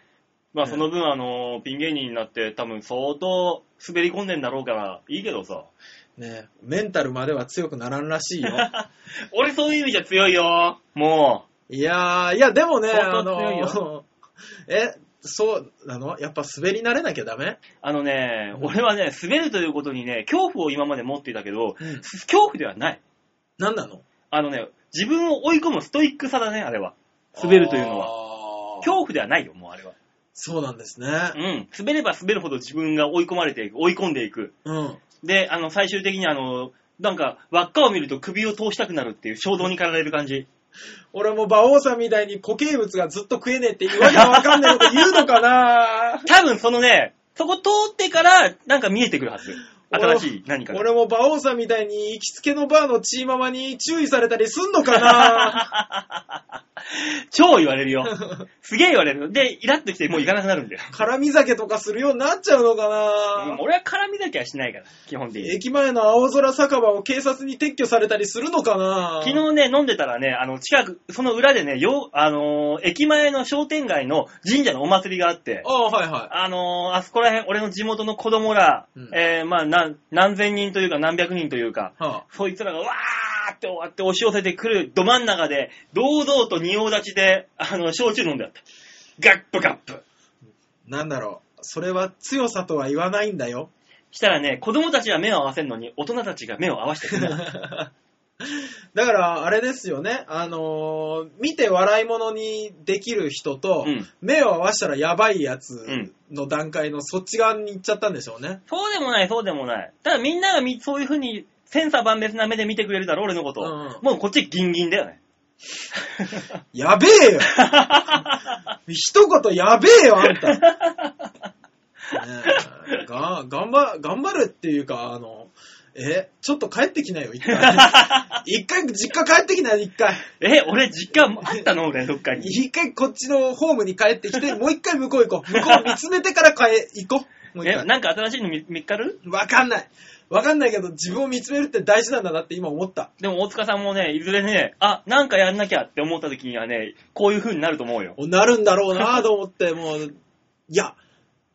S2: まあ
S1: ね
S2: その分、あのピン芸人になって多分相当滑り込んでんだろうから、いいけどさ。
S1: ねメンタルまでは強くならんらしいよ。
S2: *laughs* 俺そういう意味じゃ強いよ。も
S1: いやー、いや、でもね、
S2: 相当
S1: あ
S2: 強い
S1: の、え、そうなのやっぱ滑り慣れなきゃダメ
S2: う。あのね、
S1: うん
S2: 俺はね、滑るということにね、恐怖を今まで持っていたけど、
S1: うん
S2: 恐怖ではない。
S1: 何なの
S2: あのね、自分を追い込むストイックさだね、あれは。滑るというのは。
S1: は
S2: 恐怖ではないよ、もうあれは。
S1: そうなんですね。
S2: うん。滑れば滑るほど自分が追い込まれていく、追い込んでいく。
S1: うん。
S2: で、あの、最終的にあの、なんか、輪っかを見ると首を通したくなるっていう衝動に駆られる感じ。
S1: 俺も馬王さんみたいに固形物がずっと食えねえって言わけわかんないこと言うのか
S2: *laughs*
S1: な
S2: 多分そのね、そこ通ってから、なんか見えてくるはず。新しい何かが。
S1: 俺も馬王さんみたいに行きつけのバーのチーママに注意されたりすんの
S2: *laughs*
S1: かな
S2: 超言われる
S1: *laughs*
S2: よ。すげえ言われる。で、イラッときてもう行かなくなるんだよ。
S1: 絡み酒とかするようになっちゃうのか
S2: うん
S1: な、
S2: 俺は絡みだけはしないから、基本的に。
S1: 駅前の青空酒場を警察に撤去されたりするのかな
S2: 昨日ね、飲んでたらね、あの、近く、その裏でね、よう、あのー駅前の商店街の神社のお祭りがあって
S1: あ、あ、はいは
S2: あのーあそこら辺、俺の地元の子供ら、
S1: うん
S2: えーまあ、なん何千人というか何百人というか、
S1: い。は
S2: そいつらがわーって終わって押し寄せてくるど真ん中で、堂々と仁王立ちで、あの、焼酎飲んであった。ガップガップ。
S1: あ、なんだろう。それは強さとは言わないんだよ。 *laughs*
S2: したらね、子供たちは目を合わせるのに、大人たちが目を合わせてくれ
S1: *laughs*
S2: ない
S1: だから、あれですよね。あのー見て笑い物にできる人と、
S2: うん
S1: 目を合わせたらやばいやつ
S2: ん
S1: の段階のそっち側に行っちゃったんでしょうね。
S2: そうでもない、そうでもない。ただみんながみそういう風に、千差万別な目で見てくれるだろ、俺のこと。
S1: うん
S2: もうこっちギンギンだ
S1: *laughs*
S2: よね。
S1: やべ
S2: *laughs*
S1: えよ一言やべえよ、あん
S2: *laughs*
S1: た。ねえが頑張、頑張るっていうか、あの、え、ちょっと帰ってきなよ、
S2: *laughs*
S1: 一回。一回、実家帰ってきなよ、一回。
S2: え、俺実家あったの俺、どっかに。
S1: 一回こっちのホームに帰ってきて、もう一回向こう行こう。向こう見つめてから帰、行こう。もう一
S2: え、
S1: 回。
S2: なんか新しいの見見っかる
S1: わかんない。わかんないけど、自分を見つめるって大事なんだなって今思った。
S2: でも大塚さんもね、いずれね、あ、なんかやんなきゃって思った時にはね、こういう風になると思うよ。
S1: なるんだろうなと思って、 *laughs* もう、いや、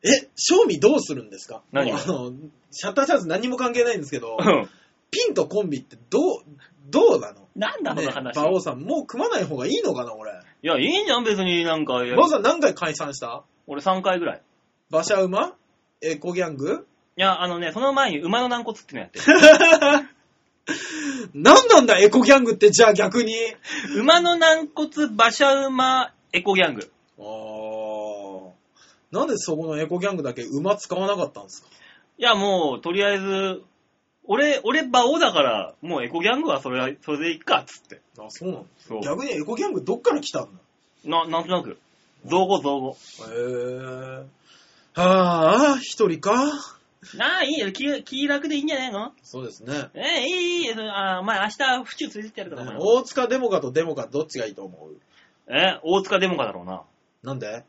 S1: え、賞味どうするんですか
S2: 何
S1: もうあの、シャッターチャンス何も関係ないんですけど
S2: う、ん。
S1: ピンとコンビってどう、どうなの
S2: なんだ、この話。
S1: 馬王さん、もう組まない方がいいのかな、俺。
S2: いや、いいじゃん、別になんか。いや
S1: 馬王さん何回解散した
S2: 俺3回ぐらい。
S1: 馬車馬エコギャン
S2: *laughs*
S1: グ
S2: いや、あのね、その前に馬の軟骨っての *laughs* やってる。
S1: 何なんだ、エコギャングって、じゃあ逆に。
S2: 馬の軟骨、馬車馬、エコギャング。
S1: あー。なんでそこのエコギャングだけ馬使わなかったんですか
S2: いや、もう、とりあえず、俺、俺、馬王だから、もうエコギャングはそれは、それでいっか、つって。
S1: あ、そうなの
S2: そう。
S1: 逆にエコギャングどっから来たんだ
S2: な、なんとなく。造語造語。
S1: へー。はあ、一人か。
S2: なあ、いいよ。気、気楽でいいんじゃないの
S1: そうですね。
S2: ええいい、いい、いい。あ、お前明日、府中連れてってやるから、お前
S1: 大塚デモカとデモカどっちがいいと思う
S2: え、大塚デモカだろうな。
S1: なんで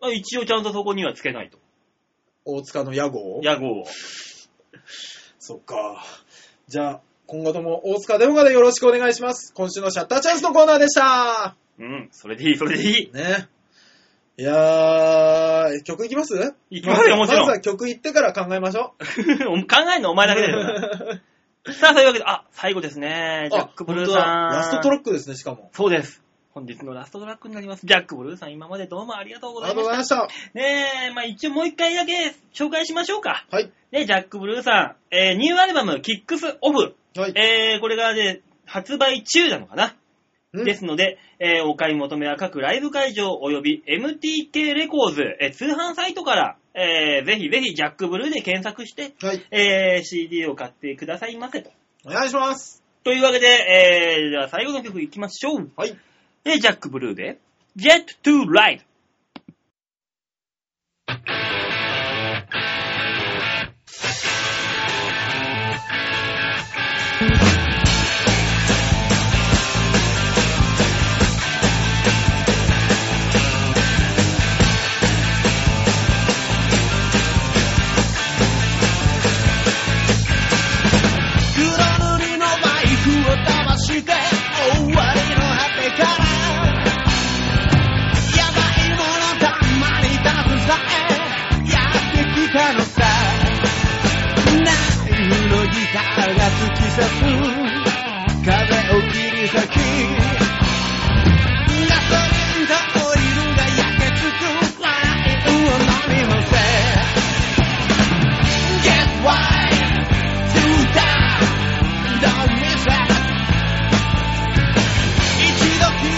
S2: あ一応ちゃんとそこにはつけないと。
S1: 大塚の屋号
S2: 屋号を。
S1: そっか。じゃあ、今後とも大塚デモカでよろしくお願いします。今週のシャッターチャンスのコーナーでした。
S2: うん、それでいい、それでいい。
S1: ね。いやー、曲いきます
S2: いきますよ
S1: ま
S2: も
S1: ず
S2: ちろん
S1: まずは曲いってから考えましょう。
S2: *laughs* 考えるのお前だけだ
S1: *laughs*
S2: よ。さあ、そういうわけで、あ、最後ですね。ジャッ
S1: あ、
S2: ク・ブル
S1: 本
S2: ーさ
S1: 当
S2: ん。
S1: だ。ラストトラックですね、しかも。
S2: そうです。本日のラストトラックになります。ジャック・ブルーさん、今までどうもありがとうご
S1: あり
S2: ざい
S1: がと
S2: ま
S1: うご
S2: し
S1: ざい
S2: た。
S1: ました。
S2: ねえ、まあ一応もう一回だけ紹介しましょうか。
S1: はい。
S2: ね、ジャック・ブルーさん、えーニューアルバム、キックス・オフ。
S1: はい。
S2: えーこれがね、発売中なのかな。
S1: うん
S2: ですので、えーお買い求めは各ライブ会場及び MTK レコーズ、えー通販サイトから、えーぜひぜひジャック・ブルーで検索して、
S1: はい。
S2: えー CD を買ってくださいませと。
S1: お願いします。
S2: というわけで、えー、では最後の曲いきましょう。
S1: はい。
S2: えージャック・ブルーで、Jet to Ride。
S3: 黒塗りのバイクを飛ばして終わりの果てからやばいものたまにたぶさえやってきたのさナイフのギターが突き刺す風を切り裂きガソリンとオイルが焼けつくライトを飲み干せ Get wild 「どう見せ」「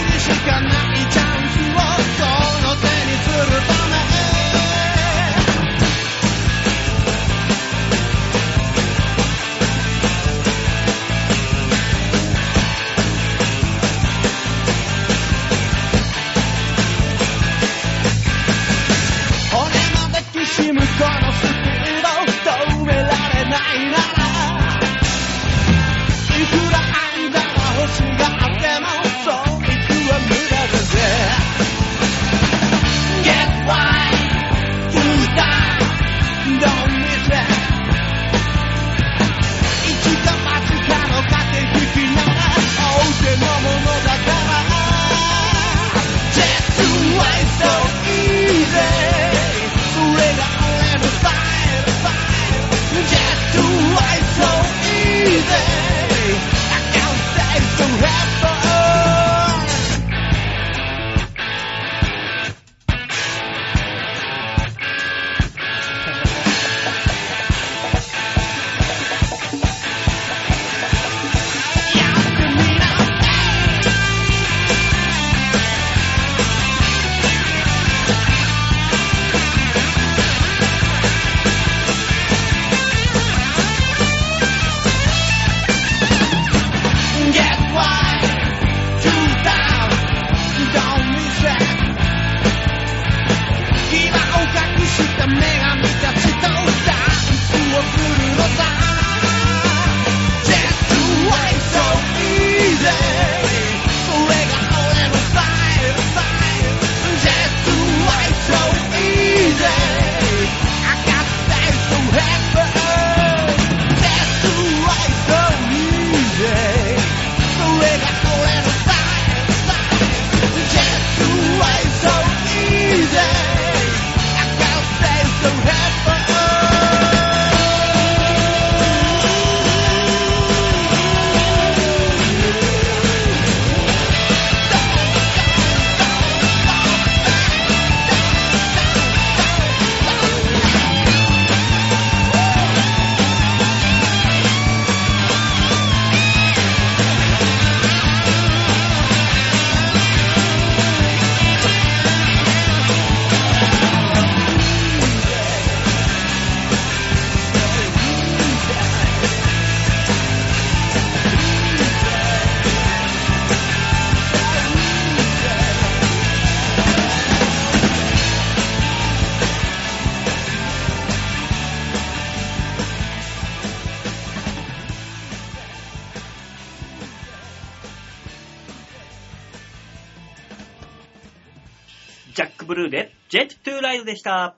S2: ジャックブルーで、ジェットトゥーライドでした。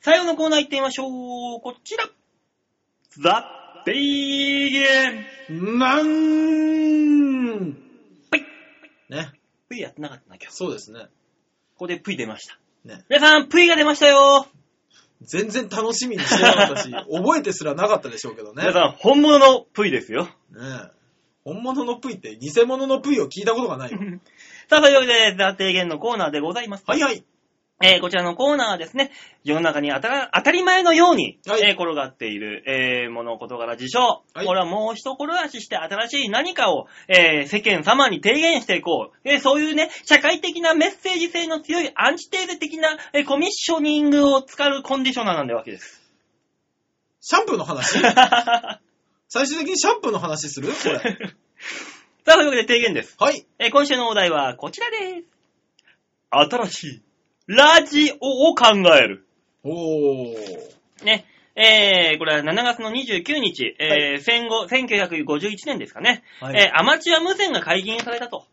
S2: 最後のコーナー行ってみましょう。こちら。ザ・ベイゲン
S1: なん
S2: ぷい。
S1: ね。
S2: ぷいやってなかったな、今日。
S1: そうですね。
S2: ここでぷい出ました。
S1: ね。
S2: 皆さん、ぷいが出ましたよ、
S1: 全然楽しみにしてなか
S2: *laughs*
S1: ったし、覚えてすらなかったでしょうけどね。
S2: 皆さん、本物のぷいですよ。 *laughs*
S1: ね本物のプイって偽物のプイを聞いたことがないよ。
S2: さあ、というわけで、ザ・提言のコーナーでございます。
S1: はいはい。
S2: えーこちらのコーナーはですね、世の中に当たら当たり前のように、
S1: はい
S2: えー転がっている、えー物事柄事象、
S1: はい
S2: これはもう一転がしして新しい何かを、えー世間様に提言していこう、えーそういうね、社会的なメッセージ性の強いアンチテーゼ的な、えーコミッショニングを使うコンディショナーなんでわけです。 *laughs*
S1: シャンプーの話
S2: さあ、
S1: 最終的にシャンプーの話するこ
S2: *laughs* と
S1: れ。
S2: いうわけで提言です。
S1: はい。
S2: えー今週のお題はこちらです。新しいラジオを考える。
S1: おー。
S2: ね、えー、これは7月の29日、えー戦後、1951年ですかね、
S1: は
S2: えーアマチュア無線が解禁されたと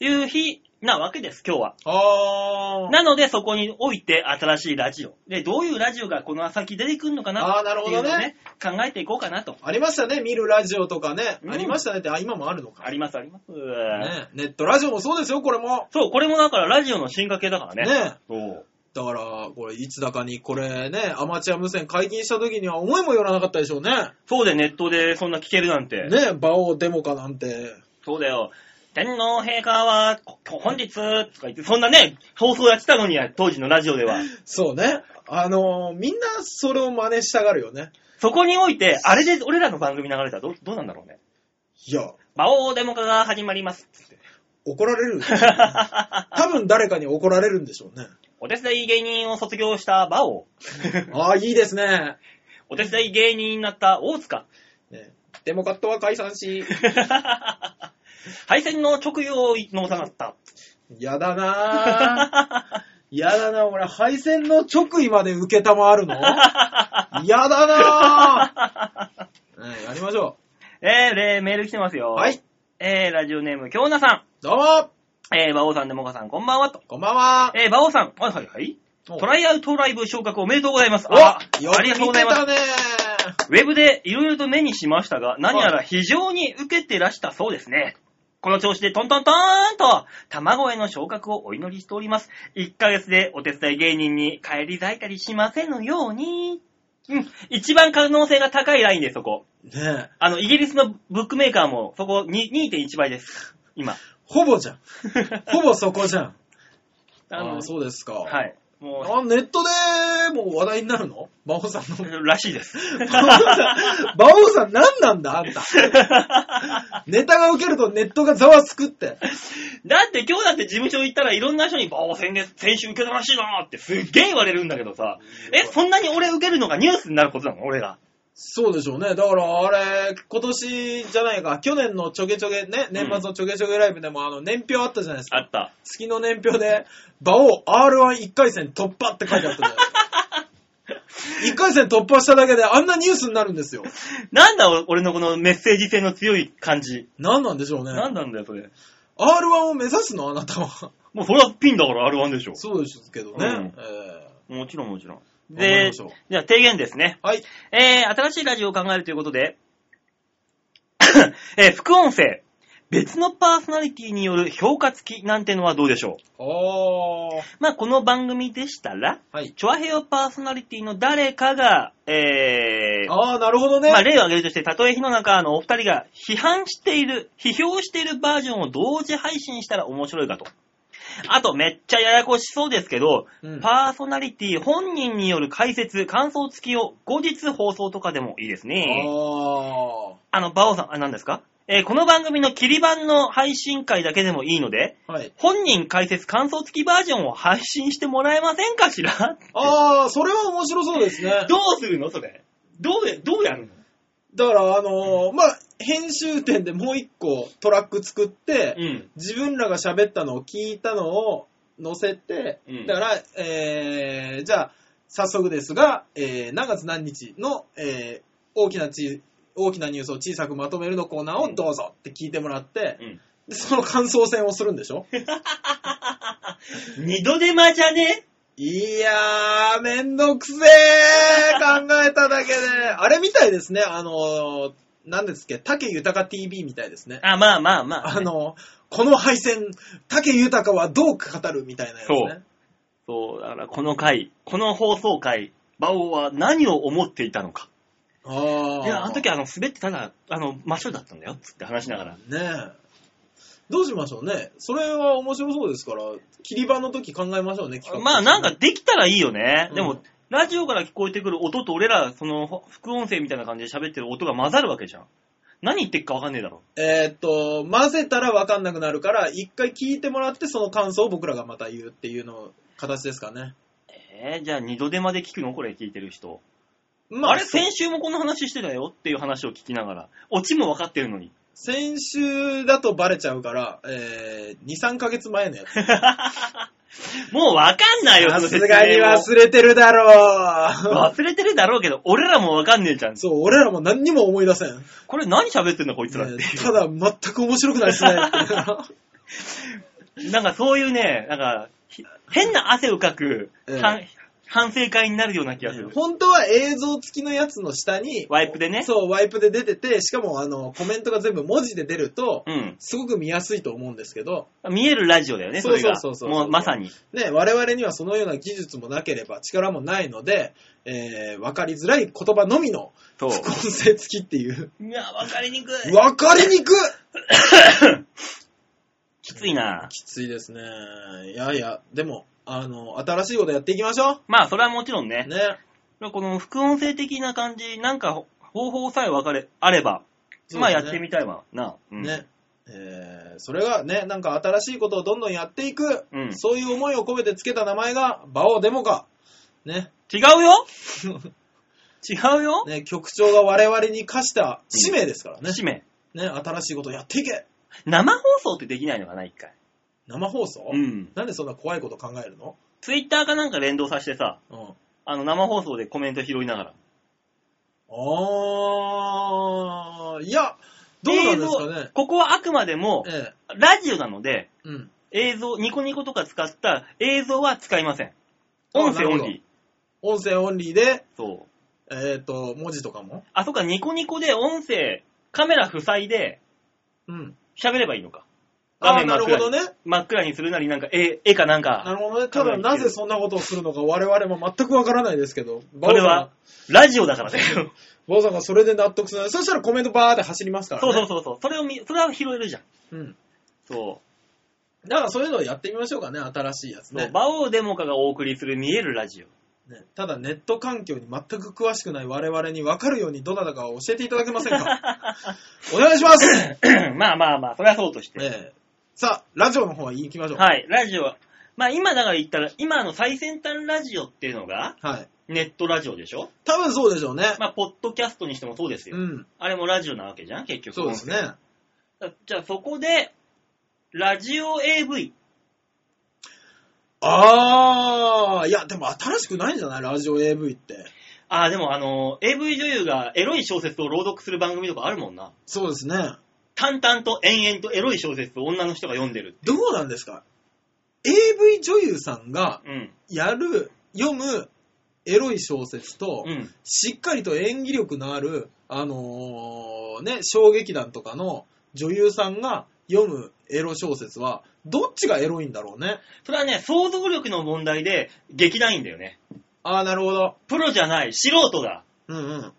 S2: いう日なわけです、今日は。
S1: あー。
S2: なので、そこにおいて新しいラジオ。で、どういうラジオがこの先出てくるのかな
S1: あーなる
S2: っ
S1: ほ
S2: ていう
S1: ど
S2: のを
S1: ね。
S2: ね、考えていこうかなと。
S1: ありましたね。見るラジオとかね。
S2: うん
S1: ありましたねって、あ、今もあるのか。
S2: あります、あります。
S1: ね。ネットラジオもそうですよ、これも。
S2: そう、これもだからラジオの進化系だからね。
S1: ね
S2: そう。
S1: だから、これ、いつだかに、これね、アマチュア無線解禁した時には思いもよらなかったでしょうね。
S2: そうでネットでそんな聞けるなんて。
S1: ね、馬王デモかなんて。
S2: そうだよ。天皇陛下は、こ本日、とか言って、そんなね、放送やってたのに、当時のラジオでは。
S1: そうね。あのーみんなそれを真似したがるよね。
S2: そこにおいて、あれで俺らの番組流れたらどうどうなんだろうね。
S1: いや、
S2: 魔王デモ化が始まります。つって
S1: 怒られる。多分誰かに怒られるんでしょうね。
S2: *laughs* お手伝い芸人を卒業した魔王。
S1: ああ、いいですね。
S2: お手伝い芸人になった大塚。
S1: ねデモカットは解散し、
S2: 敗戦の直輸をのさなった。
S1: や
S2: *laughs*
S1: だなぁ。やだなぁ、俺、敗戦の直位まで受けたまわるのやだなぁ。ねやりましょ
S2: *laughs* えー、でメール来てますよ。
S1: う。は。い、
S2: えー、ラジオネーム、京奈さ
S1: どうも、
S2: ん。えー、馬王さん、デモカさん、こんばんはと。
S1: こんばんは。
S2: えー、馬王さん。はいはいはい。
S1: お
S2: トライアウトライブ昇格おめでとうございます。
S1: お
S2: あ
S1: よ
S2: ありが
S1: く
S2: とうご
S1: 見
S2: ざ
S1: て
S2: います
S1: た。ね
S2: ウェブでいろいろと目にしましたが、何やら非常に受けてらしたそうですね。この調子でトントントーンと、卵への昇格をお祈りしております。1ヶ月でお手伝い芸人に帰り咲いたりしませんのように。うん。一番可能性が高いラインでそこ。
S1: ねえ、
S2: あの、イギリスのブックメーカーも、そこに2.1倍です。今。
S1: ほぼじゃん。ほぼそこじゃん。
S2: あの
S1: あーそうですか。
S2: はい。も
S1: あ、ネットでもう話題になるの馬王さん *laughs* の。
S2: う、らしいです。
S1: 馬王さん、馬王さん何なんだあんた。ネタが受けるとネットがざわつくって。
S2: だって今日だって事務所行ったらいろんな人に、ああ、先月、先週受けたらしいなーってすっげえ言われるんだけどさ、え、そんなに俺受けるのがニュースになることなの俺ら。
S1: そうでしょうね。だからあれ、今年じゃないか、去年のちょげちょげね、年末のちょげちょげライブでもあの年表あったじゃないですか。
S2: った。
S1: 月の年表で、馬王 R11 回戦突破って書いてあった
S2: *laughs*
S1: じゃないですか。1回戦突破しただけであんなニュースになるんですよ。
S2: なんだお俺のこのメッセージ性の強い感じ。
S1: 何なんでしょうね。
S2: なんなんだよ、それ。
S1: R1 を目指すのあなたは。
S2: もうそれはピンだから R1 でしょ。
S1: そうですけどね。
S2: うん
S1: えー
S2: もちろんもちろん。
S1: わかり
S2: で、
S1: まし
S2: じ
S1: た
S2: ゃあ提言ですね。
S1: はい。
S2: えー、新しいラジオを考えるということで、 *coughs* えー副音声、別のパーソナリティによる評価付きなんてのはどうでしょう
S1: おー。
S2: まあ、この番組でしたら、
S1: はい。
S2: チョアヘヨパーソナリティの誰かが、えー、
S1: あー、なるほどね。
S2: まあ、例を挙げるとして、たとえ火の中のお二人が批判している、批評しているバージョンを同時配信したら面白いかと。あと、めっちゃややこしそうですけど、
S1: うん
S2: パーソナリティ本人による解説、感想付きを後日放送とかでもいいですね。
S1: あ
S2: あの、バオさん、あ、何ですかえーこの番組の切り版の配信会だけでもいいので、
S1: ー。はい。
S2: 本人解説感想付きバージョンを配信してもらえませんかしら
S1: あー、それは面白そうですね。
S2: どうするのそれ。どうや、どうやるの
S1: だから、あのーまあ、編集点でもう一個トラック作って、
S2: うん。
S1: 自分らが喋ったのを聞いたのを載せて、
S2: うん
S1: だから、えー、じゃあ、早速ですが、えー、何月何日の、えー、大きなち、大きなニュースを小さくまとめるのコーナーをどうぞって聞いてもらって、
S2: うん。
S1: でその感想戦をするんでしょ
S2: 二度手間じゃね
S1: いやー、めんどくせえ考えただけで。 *laughs* あれみたいですね、あのー、なんですっけ、竹豊 TV みたいですね。
S2: あ、まあまあまあ、
S1: あの、この敗戦、竹豊はどう語るみたいなやつ
S2: そう
S1: ね。
S2: そう、だからこの回、この放送回、馬王は何を思っていたのか。
S1: ああ。
S2: いや、あの時あの、滑ってただ、あの、真正だったんだよ、つって話しながら。
S1: ねえ。どうしましょうね。それは面白そうですから、切り板の時考えましょうね、企画
S2: まあなんか、できたらいいよね。で
S1: う
S2: も
S1: ん、
S2: ラジオから聞こえてくる音と俺ら、その、ほ副音声みたいな感じで喋ってる音が混ざるわけじゃん。何言ってっかわかんねえだろ。
S1: えーっと、混ぜたらわかんなくなるから、一回聞いてもらって、その感想を僕らがまた言うっていうの、形ですかね。
S2: えー、じゃあ二度手間で聞くのこれ聞いてる人。
S1: ま
S2: あれ
S1: そう
S2: 先週もこの話してたよっていう話を聞きながら。オチもわかってるのに。
S1: 先週だとバレちゃうから、えー、2、3ヶ月前の
S2: *laughs*
S1: やつ。
S2: もうわかんないよ、
S1: さ
S2: その
S1: す
S2: 説明も
S1: がに忘れてる
S2: *laughs*
S1: だろう。
S2: 忘れてるだろうけど、俺らもわかんねえじゃん。
S1: そう、俺らも何にも思い出せん。
S2: これ何喋ってんだ、こいつらっていう。
S1: ねただ、全く面白くない
S2: *laughs*
S1: ですね。
S2: なんかそういうね、なんか、ひ変な汗をかく、
S1: ええ
S2: 反反省会になるような気がする。
S1: 本当は映像付きのやつの下に、
S2: ワイプでね。
S1: そう、ワイプで出てて、しかも、あの、コメントが全部文字で出ると、
S2: うん。
S1: すごく見やすいと思うんですけど、
S2: 見えるラジオだよね、そ
S1: そう
S2: れが。
S1: そうそうそう
S2: もうまさに。
S1: ね、我々にはそのような技術もなければ力もないので、えー、わかりづらい言葉のみの
S2: そう。
S1: 副音声付きっていう。
S2: *laughs* いや、わかりにくい。
S1: わかりにくい
S2: *laughs* きついな。
S1: きついですね。いやいや、でも、あの、新しいことやっていきましょ
S2: まあ、それはもちろん
S1: う。
S2: ね。
S1: ね。
S2: この副音声的な感じ、なんかほ方法さえわかれ、あれば、まあやってみたいわ。な、うん
S1: ね。えー、それがね、なんか新しいことをどんどんやっていく、
S2: うん
S1: そういう思いを込めてつけた名前が、バオデモか。ね。 *laughs*
S2: 違うよ違うよ、
S1: ね、局長が我々に課した使命ですからね。
S2: 使命。
S1: ね、新しいことをやっていけ
S2: 生放送ってできないのかな、一回。
S1: 生放送、
S2: うん。
S1: なんでそんな怖いこと考えるの
S2: ツイッターかなんか連動させてさ、
S1: うん。
S2: あの、生放送でコメント拾いながら。
S1: あー、いや、どうなんですか
S2: 映
S1: ね
S2: 像。ここはあくまでも、
S1: え
S2: ラジオなので、
S1: えうん。
S2: 映像、ニコニコとか使った映像は使いません。
S1: あ
S2: 音声オン
S1: なる
S2: リ
S1: 音声オンリーで、
S2: ー。そう。
S1: えっ、と、文字とかも
S2: あ、そっか、ニコニコで音声、カメラ塞いで
S1: うん。
S2: 喋ればいいのか。画
S1: あー
S2: 面
S1: な
S2: 真
S1: る
S2: っ
S1: ほ
S2: 暗
S1: ど
S2: に,、
S1: ね。
S2: 真っ暗にするなり、なんか絵、絵かなん
S1: な
S2: か、
S1: るほどね。ただ、なぜそんなことをするのか我々も全くわからないですけど。
S2: それはラジオだから
S1: *laughs*
S2: だよ。
S1: バオさん。バオさんがそれで納得する。そしたらコメントバーって走りますから
S2: そ
S1: ね。
S2: うそうそうそう。それを見、それは拾えるじゃん。
S1: うん。
S2: そ
S1: だからそういうのをやってみましょうかね、新しいやつ
S2: う。そう
S1: ね。
S2: バオーデモカがお送りする見えるラジオ。 *clears throat*
S1: ねただ、ネット環境に全く詳しくない我々に分かるようにどなたか教えていただけませんか
S2: *laughs*
S1: お願いしますね
S2: まあまあまあ、それはそうとして。
S1: えさあ、ラジオの方は行きましょう。
S2: はい、ラジオは。まあ今だから言ったら、今の最先端ラジオっていうのが、
S1: はい。
S2: ネットラジオでしょ
S1: 多分そうでしょうね。
S2: まあ、ポッドキャストにしてもそうですよ。
S1: うん。
S2: あれもラジオなわけじゃん、結局。
S1: そうですね。
S2: だ。じゃあそこで、ラジオ AV。
S1: あー、いや、でも新しくないんじゃないラジオ AV って。
S2: ああ、でもあの、AV 女優がエロい小説を朗読する番組とかあるもんな。
S1: そうですね。
S2: 淡々と延々とエロい小説を女の人が読んでる。
S1: どうなんですか ?AV 女優さんが
S2: うん。
S1: やる、読むエロい小説と、
S2: うん。
S1: しっかりと演技力のある、あのーね、小劇団とかの女優さんが読むエロ小説は、どっちがエロいんだろうね。
S2: それはね、想像力の問題で、劇団員だよね。
S1: あー、なるほど。
S2: プロじゃない、素人だ。
S1: うんうん。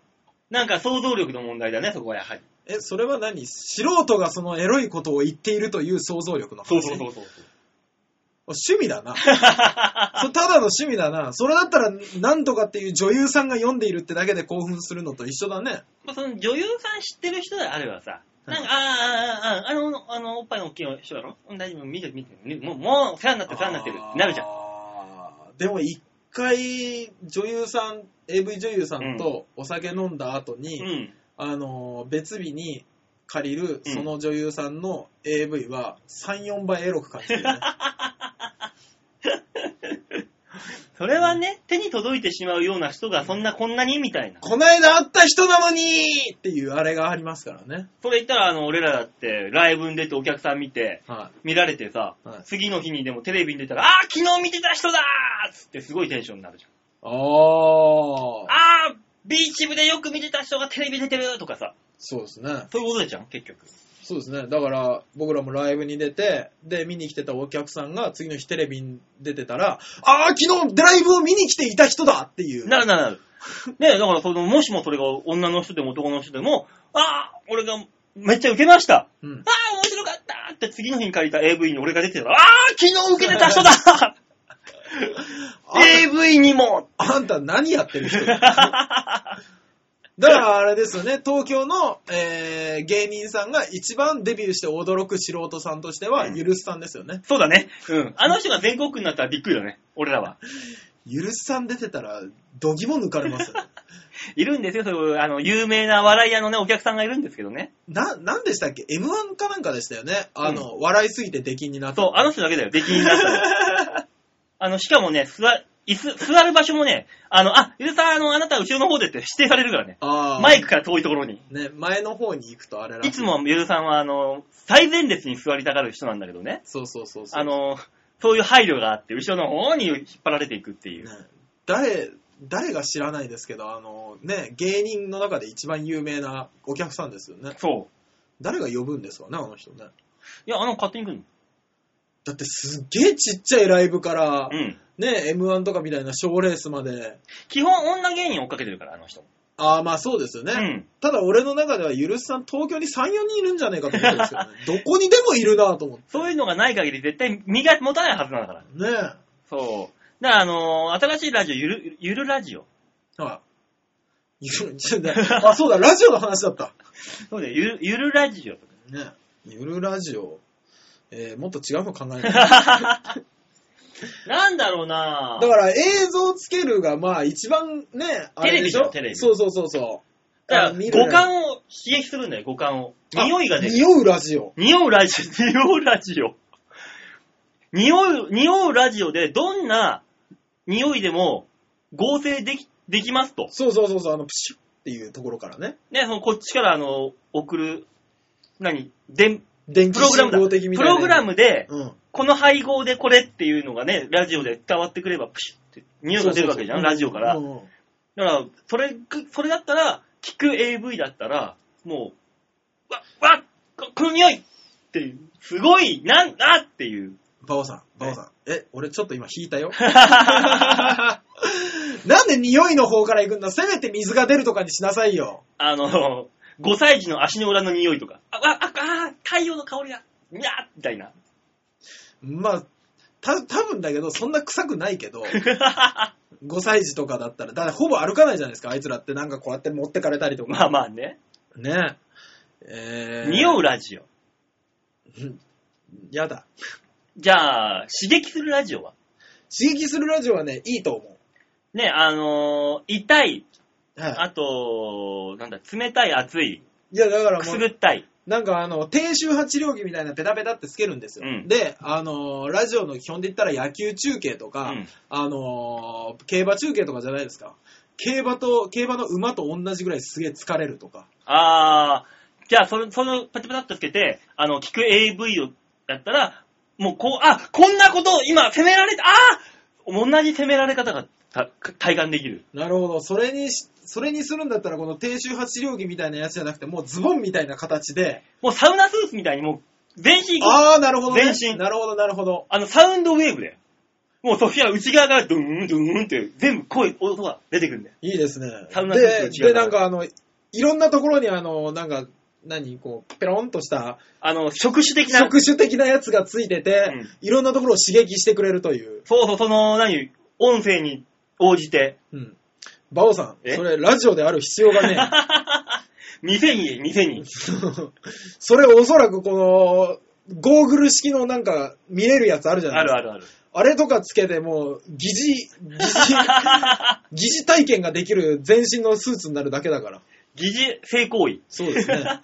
S2: なんか想像力の問題だね、そこはやはり。
S1: え、それは何素人がそのエロいことを言っているという想像力の話。
S2: うそう。
S1: 趣味だな。そただの趣味だな。それだったら、なんとかっていう女優さんが読んでいるってだけで興奮するのと一緒だね。
S2: まあ、その女優さん知ってる人であればさ、なんか、あーあー、あーあー、あの、あの、おっぱいの大きい人だろうん大丈夫、見てる、見てる。もう、もう、世話になってる、世話になってる。なるじゃん。
S1: あーでも一回、女優さん、AV 女優さんとお酒飲んだ後に、
S2: うん。
S1: あのー、別日に借りる、
S2: うん
S1: その女優さんの AV は3、4倍エロく感じる、ね。
S2: *laughs* それはね、手に届いてしまうような人がそんなこんなにみたいな。
S1: *laughs* こないだ会った人なのにっていうあれがありますからね。
S2: それ言ったら、あの、俺らだって、ライブに出てお客さん見て、
S1: は
S2: 見られてさ、
S1: はい
S2: 次の日にでもテレビに出たら、あー昨日見てた人だーっつってすごいテンションになるじゃん。
S1: い。ああ。
S2: あービーチ部でよく見てた人がテレビ出てるとかさ、
S1: そうですね。
S2: そういうことじゃん、結局。
S1: そうですね。だから、僕らもライブに出て、で、見に来てたお客さんが次の日テレビに出てたら、ああ、昨日ライブを見に来ていた人だっていう。
S2: なるな *laughs* るなる。ねだからその、もしもそれが女の人でも男の人でも、あー俺がめっちゃ受けました
S1: うん
S2: あ。あ、面白かったって次の日に借りた AV に俺が出てたら、ああ、昨日受けてた *laughs* 人だ !AV に *laughs* も
S1: あんた何やってる *laughs* 人だからあれですよね、東京の、えー芸人さんが一番デビューして驚く素人さんとしては、ゆるすさんですよね。
S2: そうだね。うん。あの人が全国区になったらびっくりだね。俺らは。
S1: ゆるすさん出てたら、どぎも抜かれ *laughs* ますよ。
S2: いるんですよ、そういう、あの、有名な笑い屋のね、お客さんがいるんですけどね。
S1: な、なんでしたっけ ?M1 かなんかでしたよね。あの、笑いすぎて出禁になった。
S2: そう、あの人だけだよ、出禁になったの。
S1: *laughs*
S2: あの、しかもね、座、椅子、座る場所もね、あの、あ、ゆるさん、あの、あなた後ろの方でって *laughs* 指定されるからね。
S1: あー
S2: マイクから遠いところに。
S1: ね、前の方に行くとあれらし
S2: いつもゆるさんは、あの、最前列に座りたがる人なんだけどね。
S1: そうそうそうそう。
S2: あの、そういう配慮があって、後ろの方に引っ張られていくっていう。
S1: ね誰、誰が知らないですけど、あの、ね、芸人の中で一番有名なお客さんですよね。
S2: そう。
S1: 誰が呼ぶんですかね、あの人ね。
S2: いや、あの、勝手に来るの。
S1: だってすっげえちっちゃいライブから、
S2: うん。
S1: ね、M1 とかみたいな賞ーレースまで、
S2: 基本、女芸人追っかけてるから、あの人。
S1: ああ、まあそうですよね。
S2: うん
S1: ただ俺の中では、ゆるすさん東京に3、4人いるんじゃねえかと思ってるんですけどね。 *laughs* どこにでもいるなと思って。
S2: そういうのがない限り、絶対、身が持たないはずなんだから。
S1: ね
S2: そう。だから、あのー新しいラジオ、ゆる、ゆるラジオ。
S1: え。はい。ゆる *laughs* ちょっとねあ、そうだ、ラジオの話だった。
S2: そうだよ、ゆる、ゆるラジオ。
S1: ねえ。ゆるラジオ。えー、もっと違うの考えないと。 *laughs*
S2: なんだろうな
S1: だから映像つけるが、まあ一番ね、あれでし
S2: テレビじゃ
S1: ょ
S2: んテレビ
S1: そうそうそうそう。
S2: だから、
S1: 見るね
S2: 五感を刺激するんだよ、五感を。
S1: あ
S2: 匂いが出る。
S1: 匂うラジオ。
S2: 匂うラジオ、 *laughs* 匂うラジオ。匂う、匂うラジオで、どんな匂いでも合成でき、できますと。
S1: そうそうそうそう、あの、プシュッっていうところからね。
S2: ね、そのこっちから、あの、送る、何、でん、
S1: 電気
S2: プログラ
S1: 信
S2: ムだ。
S1: 号的み
S2: プ
S1: たいな。
S2: ログラムで、
S1: うん。
S2: この配合でこれっていうのがね、ラジオで伝わってくれば、プシュって匂いが出るわけじゃん、
S1: そうそうそう
S2: ラジオから。
S1: うんうん
S2: だから、それぐ、それだったら、聞く AV だったら、もう、わ、わ、ここの匂いっていう、すごい、なんだって
S1: *laughs*
S2: いう。
S1: バオさん、バオさん。え、俺ちょっと今引いたよ。 *laughs*
S2: あ
S1: なんで匂いの方から行くんだせめて水が出るとかにしなさいよ。
S2: の、5歳児の足の裏の匂いとか、あ、わ、あ、あ、太陽の香りが、にゃーみたいな。 *laughs*
S1: まあ、た、多分だけど、そんな臭くないけ
S2: *laughs*
S1: ど、5歳児とかだったら、だからほぼ歩かないじゃないですか、あいつらってなんかこうやって持ってかれたりとか。
S2: まあまあね。
S1: ねえー
S2: 匂うラジオ。
S1: やだ。
S2: じゃあ、刺激するラジオは
S1: 刺激するラジオはね、いいと思
S2: ね、あのー痛い、
S1: う。
S2: *laughs*
S1: は
S2: あと、なんだ、冷たい、熱い、
S1: い。いや、だから
S2: く
S1: も
S2: す
S1: う
S2: ぐ、ったい。
S1: なんかあの、低周波治療器みたいなペタペタってつけるんですよ。
S2: うん
S1: で、あのーラジオの基本で言ったら野球中継とか、
S2: うん
S1: あのー競馬中継とかじゃないですか。競馬と、競馬の馬と同じぐらいすげえ疲れるとか。
S2: あー、じゃあ、その、その、パチパチっとつけて、あの、聞く AV を、やったら、もう、こう、あ、こんなことを今、責められた、あー同じ責められ方が、た体感できる。
S1: なるほど。それにし、それにするんだったら、この低周波治療器みたいなやつじゃなくて、もうズボンみたいな形で、
S2: もう、サウナスーツみたいに、もう、 *laughs* 全身、あ
S1: あー、なるほど、ね。
S2: 全身
S1: なるほど、なるほど。
S2: の、サウンドウェーブで。もう、ソフィア内側から、ドゥーン、ドゥーンって、全部声、音が出てくるんだよ。
S1: いいですね。
S2: サウナスーツの
S1: で、
S2: 内側
S1: で、なんかあの、いろんなところにあの、なんか、何こう、ペロンとした、
S2: あの、触手的な。
S1: 触手的なやつがついてて、
S2: うん
S1: いろんなところを刺激してくれるという。
S2: そうそう、その、何、音声に応じて。
S1: うん。バオさん、
S2: え
S1: それラジオである必要がね
S2: *laughs* 店に、店に。
S1: それおそらくこの、ゴーグル式のなんか見れるやつあるじゃな
S2: あ
S1: いです
S2: るあ
S1: か。
S2: るある。
S1: あれとかつけてもう、疑
S2: *laughs*
S1: 似、疑似、疑似体験ができる全身のスーツになるだけだから。
S2: 疑似性行為。
S1: そうですね。 *laughs*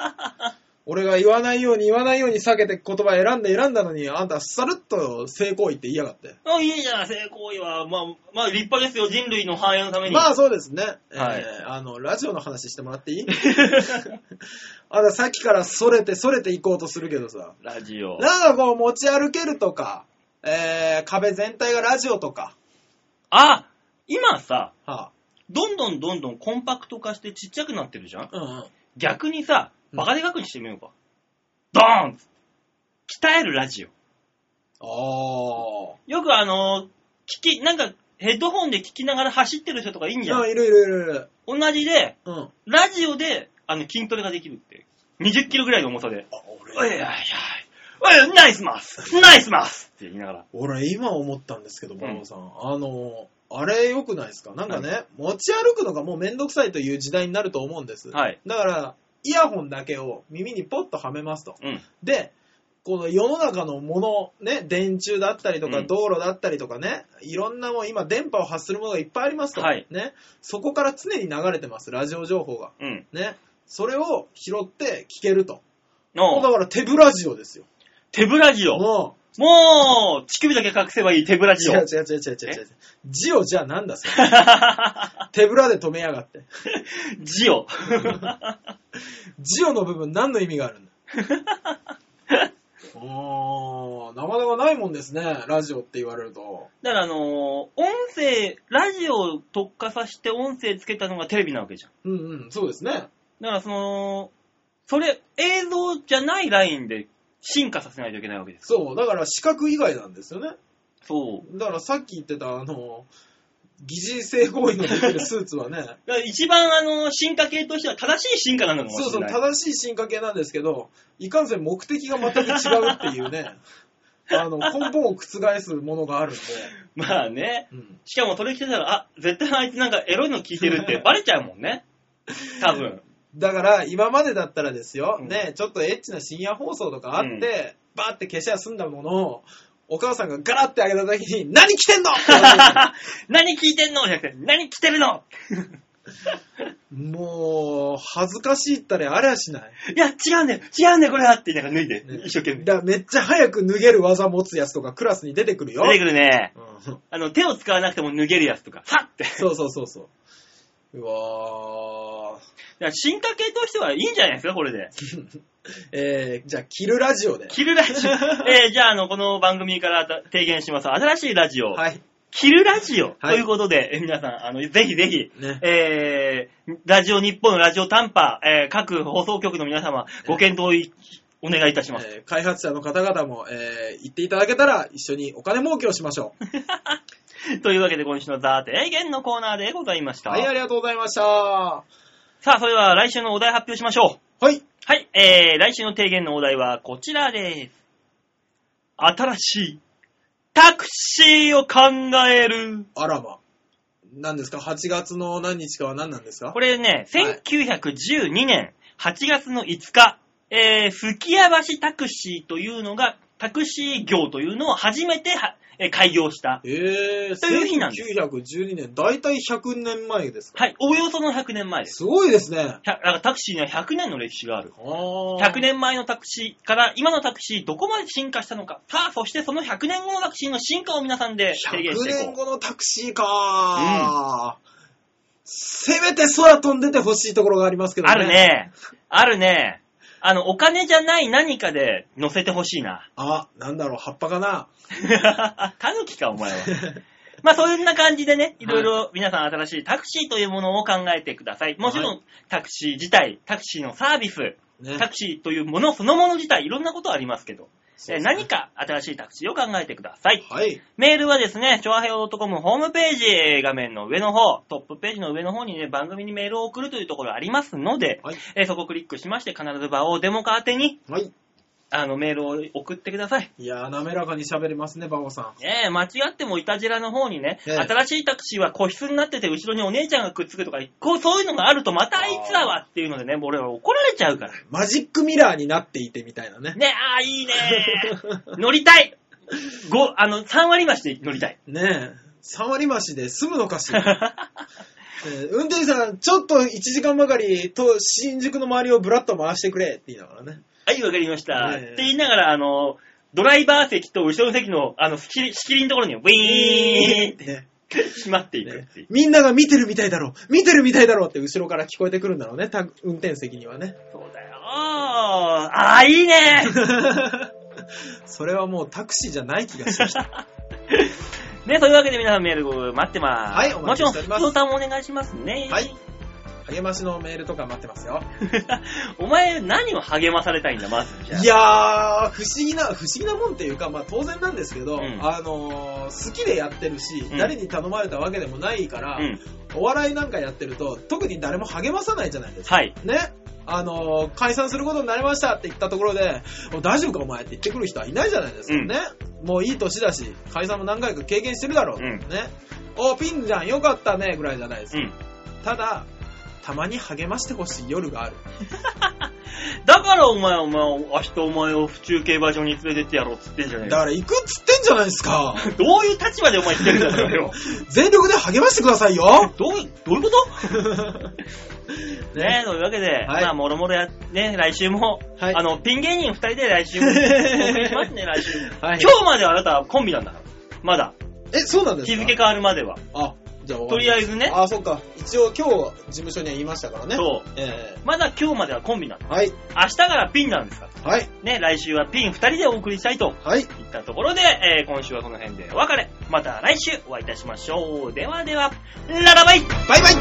S1: 俺が言わないように言わないように避けて言葉選んで選んだのに、あんたさるっと性行為って言いやがって。
S2: あ、いいじゃない、性行為は。まあ、まあ、立派ですよ、人類の繁栄のために。
S1: まあそうですね。
S2: はい
S1: えーあの、ラジオの話してもらっていい *laughs* あんたさっきからそれてそれていこうとするけどさ。
S2: *laughs* ラジオ。
S1: なんかこう持ち歩けるとか、えー、壁全体がラジオとか。
S2: あ今さ、
S1: は
S2: どんどんどんどんコンパクト化してちっちゃくなってるじゃん
S1: あ、うんうん。
S2: 逆にさ、
S1: うん
S2: バカでかくにしてみようか。ドーン鍛えるラジオ。
S1: あ
S2: よくあのー聞き、なんか、ヘッドホンで聞きながら走ってる人とかいいんじゃ。
S1: あ。うんん、いるいるいるいる。
S2: 同じで、
S1: うん。あ、
S2: ラジオで、あの、筋トレができるって。20キロぐらいの重さで。おいおいおい、おい、ナイスマスナイスマスって言いながら。
S1: 俺今思ったんですけど、
S2: ん
S1: 馬王さん。あの、あれ良くないですかなんかね、持ち歩くのがもうめんどくさいという時代になると思うんです。
S2: はい。
S1: だから、イヤホンだけを耳にポッとはめますと。
S2: うん。
S1: で、この世の中のもの、ね、電柱だったりと
S2: う
S1: か、
S2: ん
S1: 道路だったりとかね、いろんなもう今電波を発するものがいっぱいありますと。
S2: はい
S1: ね。そこから常に流れてます、ラジオ情報が。
S2: うん。
S1: ね。それを拾って聞けると。だ
S2: の、
S1: から手ぶらジオですよ。
S2: 手ぶらジオ。
S1: も
S2: もう、乳首だけ隠せばいい手ぶら
S1: う、
S2: ジ
S1: 違
S2: オ。
S1: う違う違う違う違う違う。ジオじゃあなんだそれ。手ぶらで止めやがって。
S2: ジオ。
S1: ジオの部分何の意味があるんだおー、なかなかないもんですね、ラジオって言われると。
S2: だからあのー音声、ラジオを特化させて音声つけたのがテレビなわけじゃん。
S1: うんうん、そうですね。
S2: だからその、それ、映像じゃないラインで進化させないといけないわけです。
S1: そう、だから視覚以外なんですよね。
S2: そう。
S1: だからさっき言ってた、あの、疑似性行為のできるスーツはね、
S2: だから一番あのー、進化系としては正しい進化なのかもしれ
S1: そ
S2: な
S1: う
S2: い。
S1: そう、正しい進化系なんですけど、いかんせん目的が全く違うっていうね、あの、根本を覆すものがあるんで、
S2: まあね。
S1: うん、
S2: しかもそれ着てたら、あ、絶対あいつなんかエロいの聞いてるって
S1: *laughs*
S2: バレちゃうもんね。多分。
S1: だから、今までだったらですよ、
S2: うん
S1: ね、ちょっとエッチな深夜放送とかあって、バーって消しは済んだものを、お母さんがガラってあげた時に、何着てんのって言われる
S2: 何聞いてんのじゃなくて、何着てる
S1: *laughs*
S2: の *laughs*
S1: もう、恥ずかしいったりありゃしない。
S2: いや、違うんだよ違うんだよこれはって言いながら脱いで、
S1: ね
S2: 一生懸命。
S1: だからめっちゃ早く脱げる技持つやつとかクラスに出てくるよ。
S2: 出てくるね。 *laughs*
S1: うん
S2: あの、手を使わなくても脱げるやつとか、さって。
S1: そうそうそうそう。うわー。
S2: いや進化系としてはいいんじゃないですか、これ
S1: *laughs*
S2: で。
S1: えー、じゃあ、着るラジオで。
S2: 着るラジ
S1: *laughs*
S2: オ。えーじゃあ、あの、この番組から提言します。新しいラジオ。
S1: はい。
S2: 着るラジオ。
S1: は
S2: と
S1: い
S2: いうことで、えー皆さん、あの、ぜひぜひ、*laughs*
S1: ね。
S2: えー、ラジオ日本、ラジオ短波、えー各放送局の皆様、ご検討いお願いいたします。
S1: えー開発者の方々も、えー、言っていただけたら、一緒にお金儲けをしましょう。
S2: というわけで、今週のザ・提言のコーナーでございました。
S1: はい、ありがとうございました。は
S2: さあ、それでは来週のお題発表しましょう。
S1: い。
S2: はい、えー、来週の提言のお題はこちらです。新しいタクシーを考える。
S1: あらま。何ですか ?8 月の何日かは何なんですか
S2: これね、
S1: はい
S2: 1912年8月の5日、えー、吹屋橋タクシーというのが、タクシー業というのを初めては、えー開業した。
S1: えー、
S2: という日なんです
S1: 1912年、だいたい100年前ですか
S2: はい、おおよその100年前です。
S1: すごいですね。
S2: ひゃだからタクシーには100年の歴史がある。
S1: 100
S2: 100。年前のタクシーから今のタクシーどこまで進化したのか。さあ、そしてその100年後のタクシーの進化を皆さんで提言
S1: 100
S2: していこ
S1: 年
S2: う。
S1: 後のタクシーかー、せめて空飛んでてほしいところがありますけどね。
S2: ある。ね。あるね。あの、お金じゃない何かで乗せてほしい
S1: *laughs*
S2: な。
S1: あ、なんだろう、葉っぱかな。 *laughs*
S2: タヌキか、お前 *laughs* は。まあ、そんな感じでね、いろいろ皆さん新しいタクシーというものを考えてください。もちろ
S1: は
S2: ん、タクシー自体、タクシーのサービス、
S1: ね
S2: タクシーというものそのもの自体、いろんなことありますけど、
S1: そう
S2: え
S1: ですね
S2: 何か新しいタクシーを考えてください。
S1: はい。
S2: メールはですね、超平洋 .com ホームページ、えー画面の上の方、トップページの上の方にね、番組にメールを送るというところありますので、
S1: はい。
S2: えーそこをクリックしまして、必ず場をデモカ宛てに、
S1: はい。
S2: あの、メールを送ってください。
S1: いやー、滑らかに喋れますね、バオさん。
S2: ねえ、間違ってもいたじらの方にね、
S1: ええ
S2: 新しいタクシーは個室になってて、後ろにお姉ちゃんがくっつくとか、こう、そういうのがあると、またあいつらはっていうのでね、もう俺は怒られちゃうから。
S1: マジックミラーになっていてみたいなね。
S2: ねああ、いいね
S1: *laughs*
S2: 乗りたいご、あの、3割増しで乗りたい。 *laughs*
S1: ねえ、3割増しで済むのかしら。ねえ運転手さん、ちょっと1時間ばかりと新宿の周りをブラッと回してくれって言いながらね。
S2: はい、わかりました。
S1: ええ
S2: って言いながら、あの、ドライバー席と後ろの席の、あの、仕切り仕切りのところに、ウィーンって
S1: ね
S2: 閉まっていく
S1: ね
S2: っていう。
S1: みんなが見てるみたいだろう見てるみたいだろうって後ろから聞こえてくるんだろうね、た運転席にはね。 *laughs*
S2: そうだよー。ああ、いいね
S1: それはもうタクシーじゃない気がし
S2: *laughs*
S1: てきた。
S2: ね、というわけで皆さんメール待ってます。
S1: はいお待ちしております
S2: もちろん、ボタンお願いしますね。
S1: はい。励ましのメールとか待ってますよ。
S2: *laughs* お前、何を励まされたいんだ、まず。じゃあ
S1: いやー、不思議な、不思議なもんっていうか、まあ当然なんですけど、
S2: うん
S1: あのー好きでやってるし、
S2: うん
S1: 誰に頼まれたわけでもないから、
S2: うん。
S1: お笑いなんかやってると、特に誰も励まさないじゃないですか。
S2: はい。
S1: ね。あのー解散することになりましたって言ったところで、もう大丈夫かお前って言ってくる人はいないじゃないですか
S2: うん
S1: ね。もういい年だし、解散も何回か経験してるだろう。
S2: うん
S1: ね。おピンじゃん、よかったね、ぐらいじゃないです
S2: う
S1: か。
S2: ん。
S1: ただ、たまに励ましてほしい夜がある。
S2: だからお前、お前、明日お前を府中競馬場に連れてってやろうっつってんじゃねえ
S1: だ
S2: よ。
S1: から行くっつってんじゃないですか。 *laughs*
S2: どういう立場でお前言ってるんだ、それを。
S1: 全力で励ましてくださいよ。
S2: どういう、 *laughs* どういうこと
S1: *laughs* ね
S2: ねえ、というわけで、
S1: はい
S2: まあ、もろもろや、ね、来週も、
S1: はい
S2: あの、ピン芸人二人で来週
S1: *laughs*
S2: も、お送りしますね、来週も。
S1: はい
S2: 今日まであなたはコンビなんだから。まだ。
S1: え、そうなんですか
S2: 日付変わるまでは。
S1: あ、じゃあ終わ
S2: とりあえずね。
S1: あ、そっか。一応今日事務所には言いましたからね。
S2: そう。
S1: え
S2: まだ今日まではコンビなの。
S1: ーはい、
S2: 明日からピンなんですから。
S1: はい、
S2: ね、来週はピン二人でお送りしたいと
S1: はい。
S2: いったところで、えー今週はこの辺でお別れ。また来週お会いいたしましょう。ではでは、ララバイ
S1: バイバイ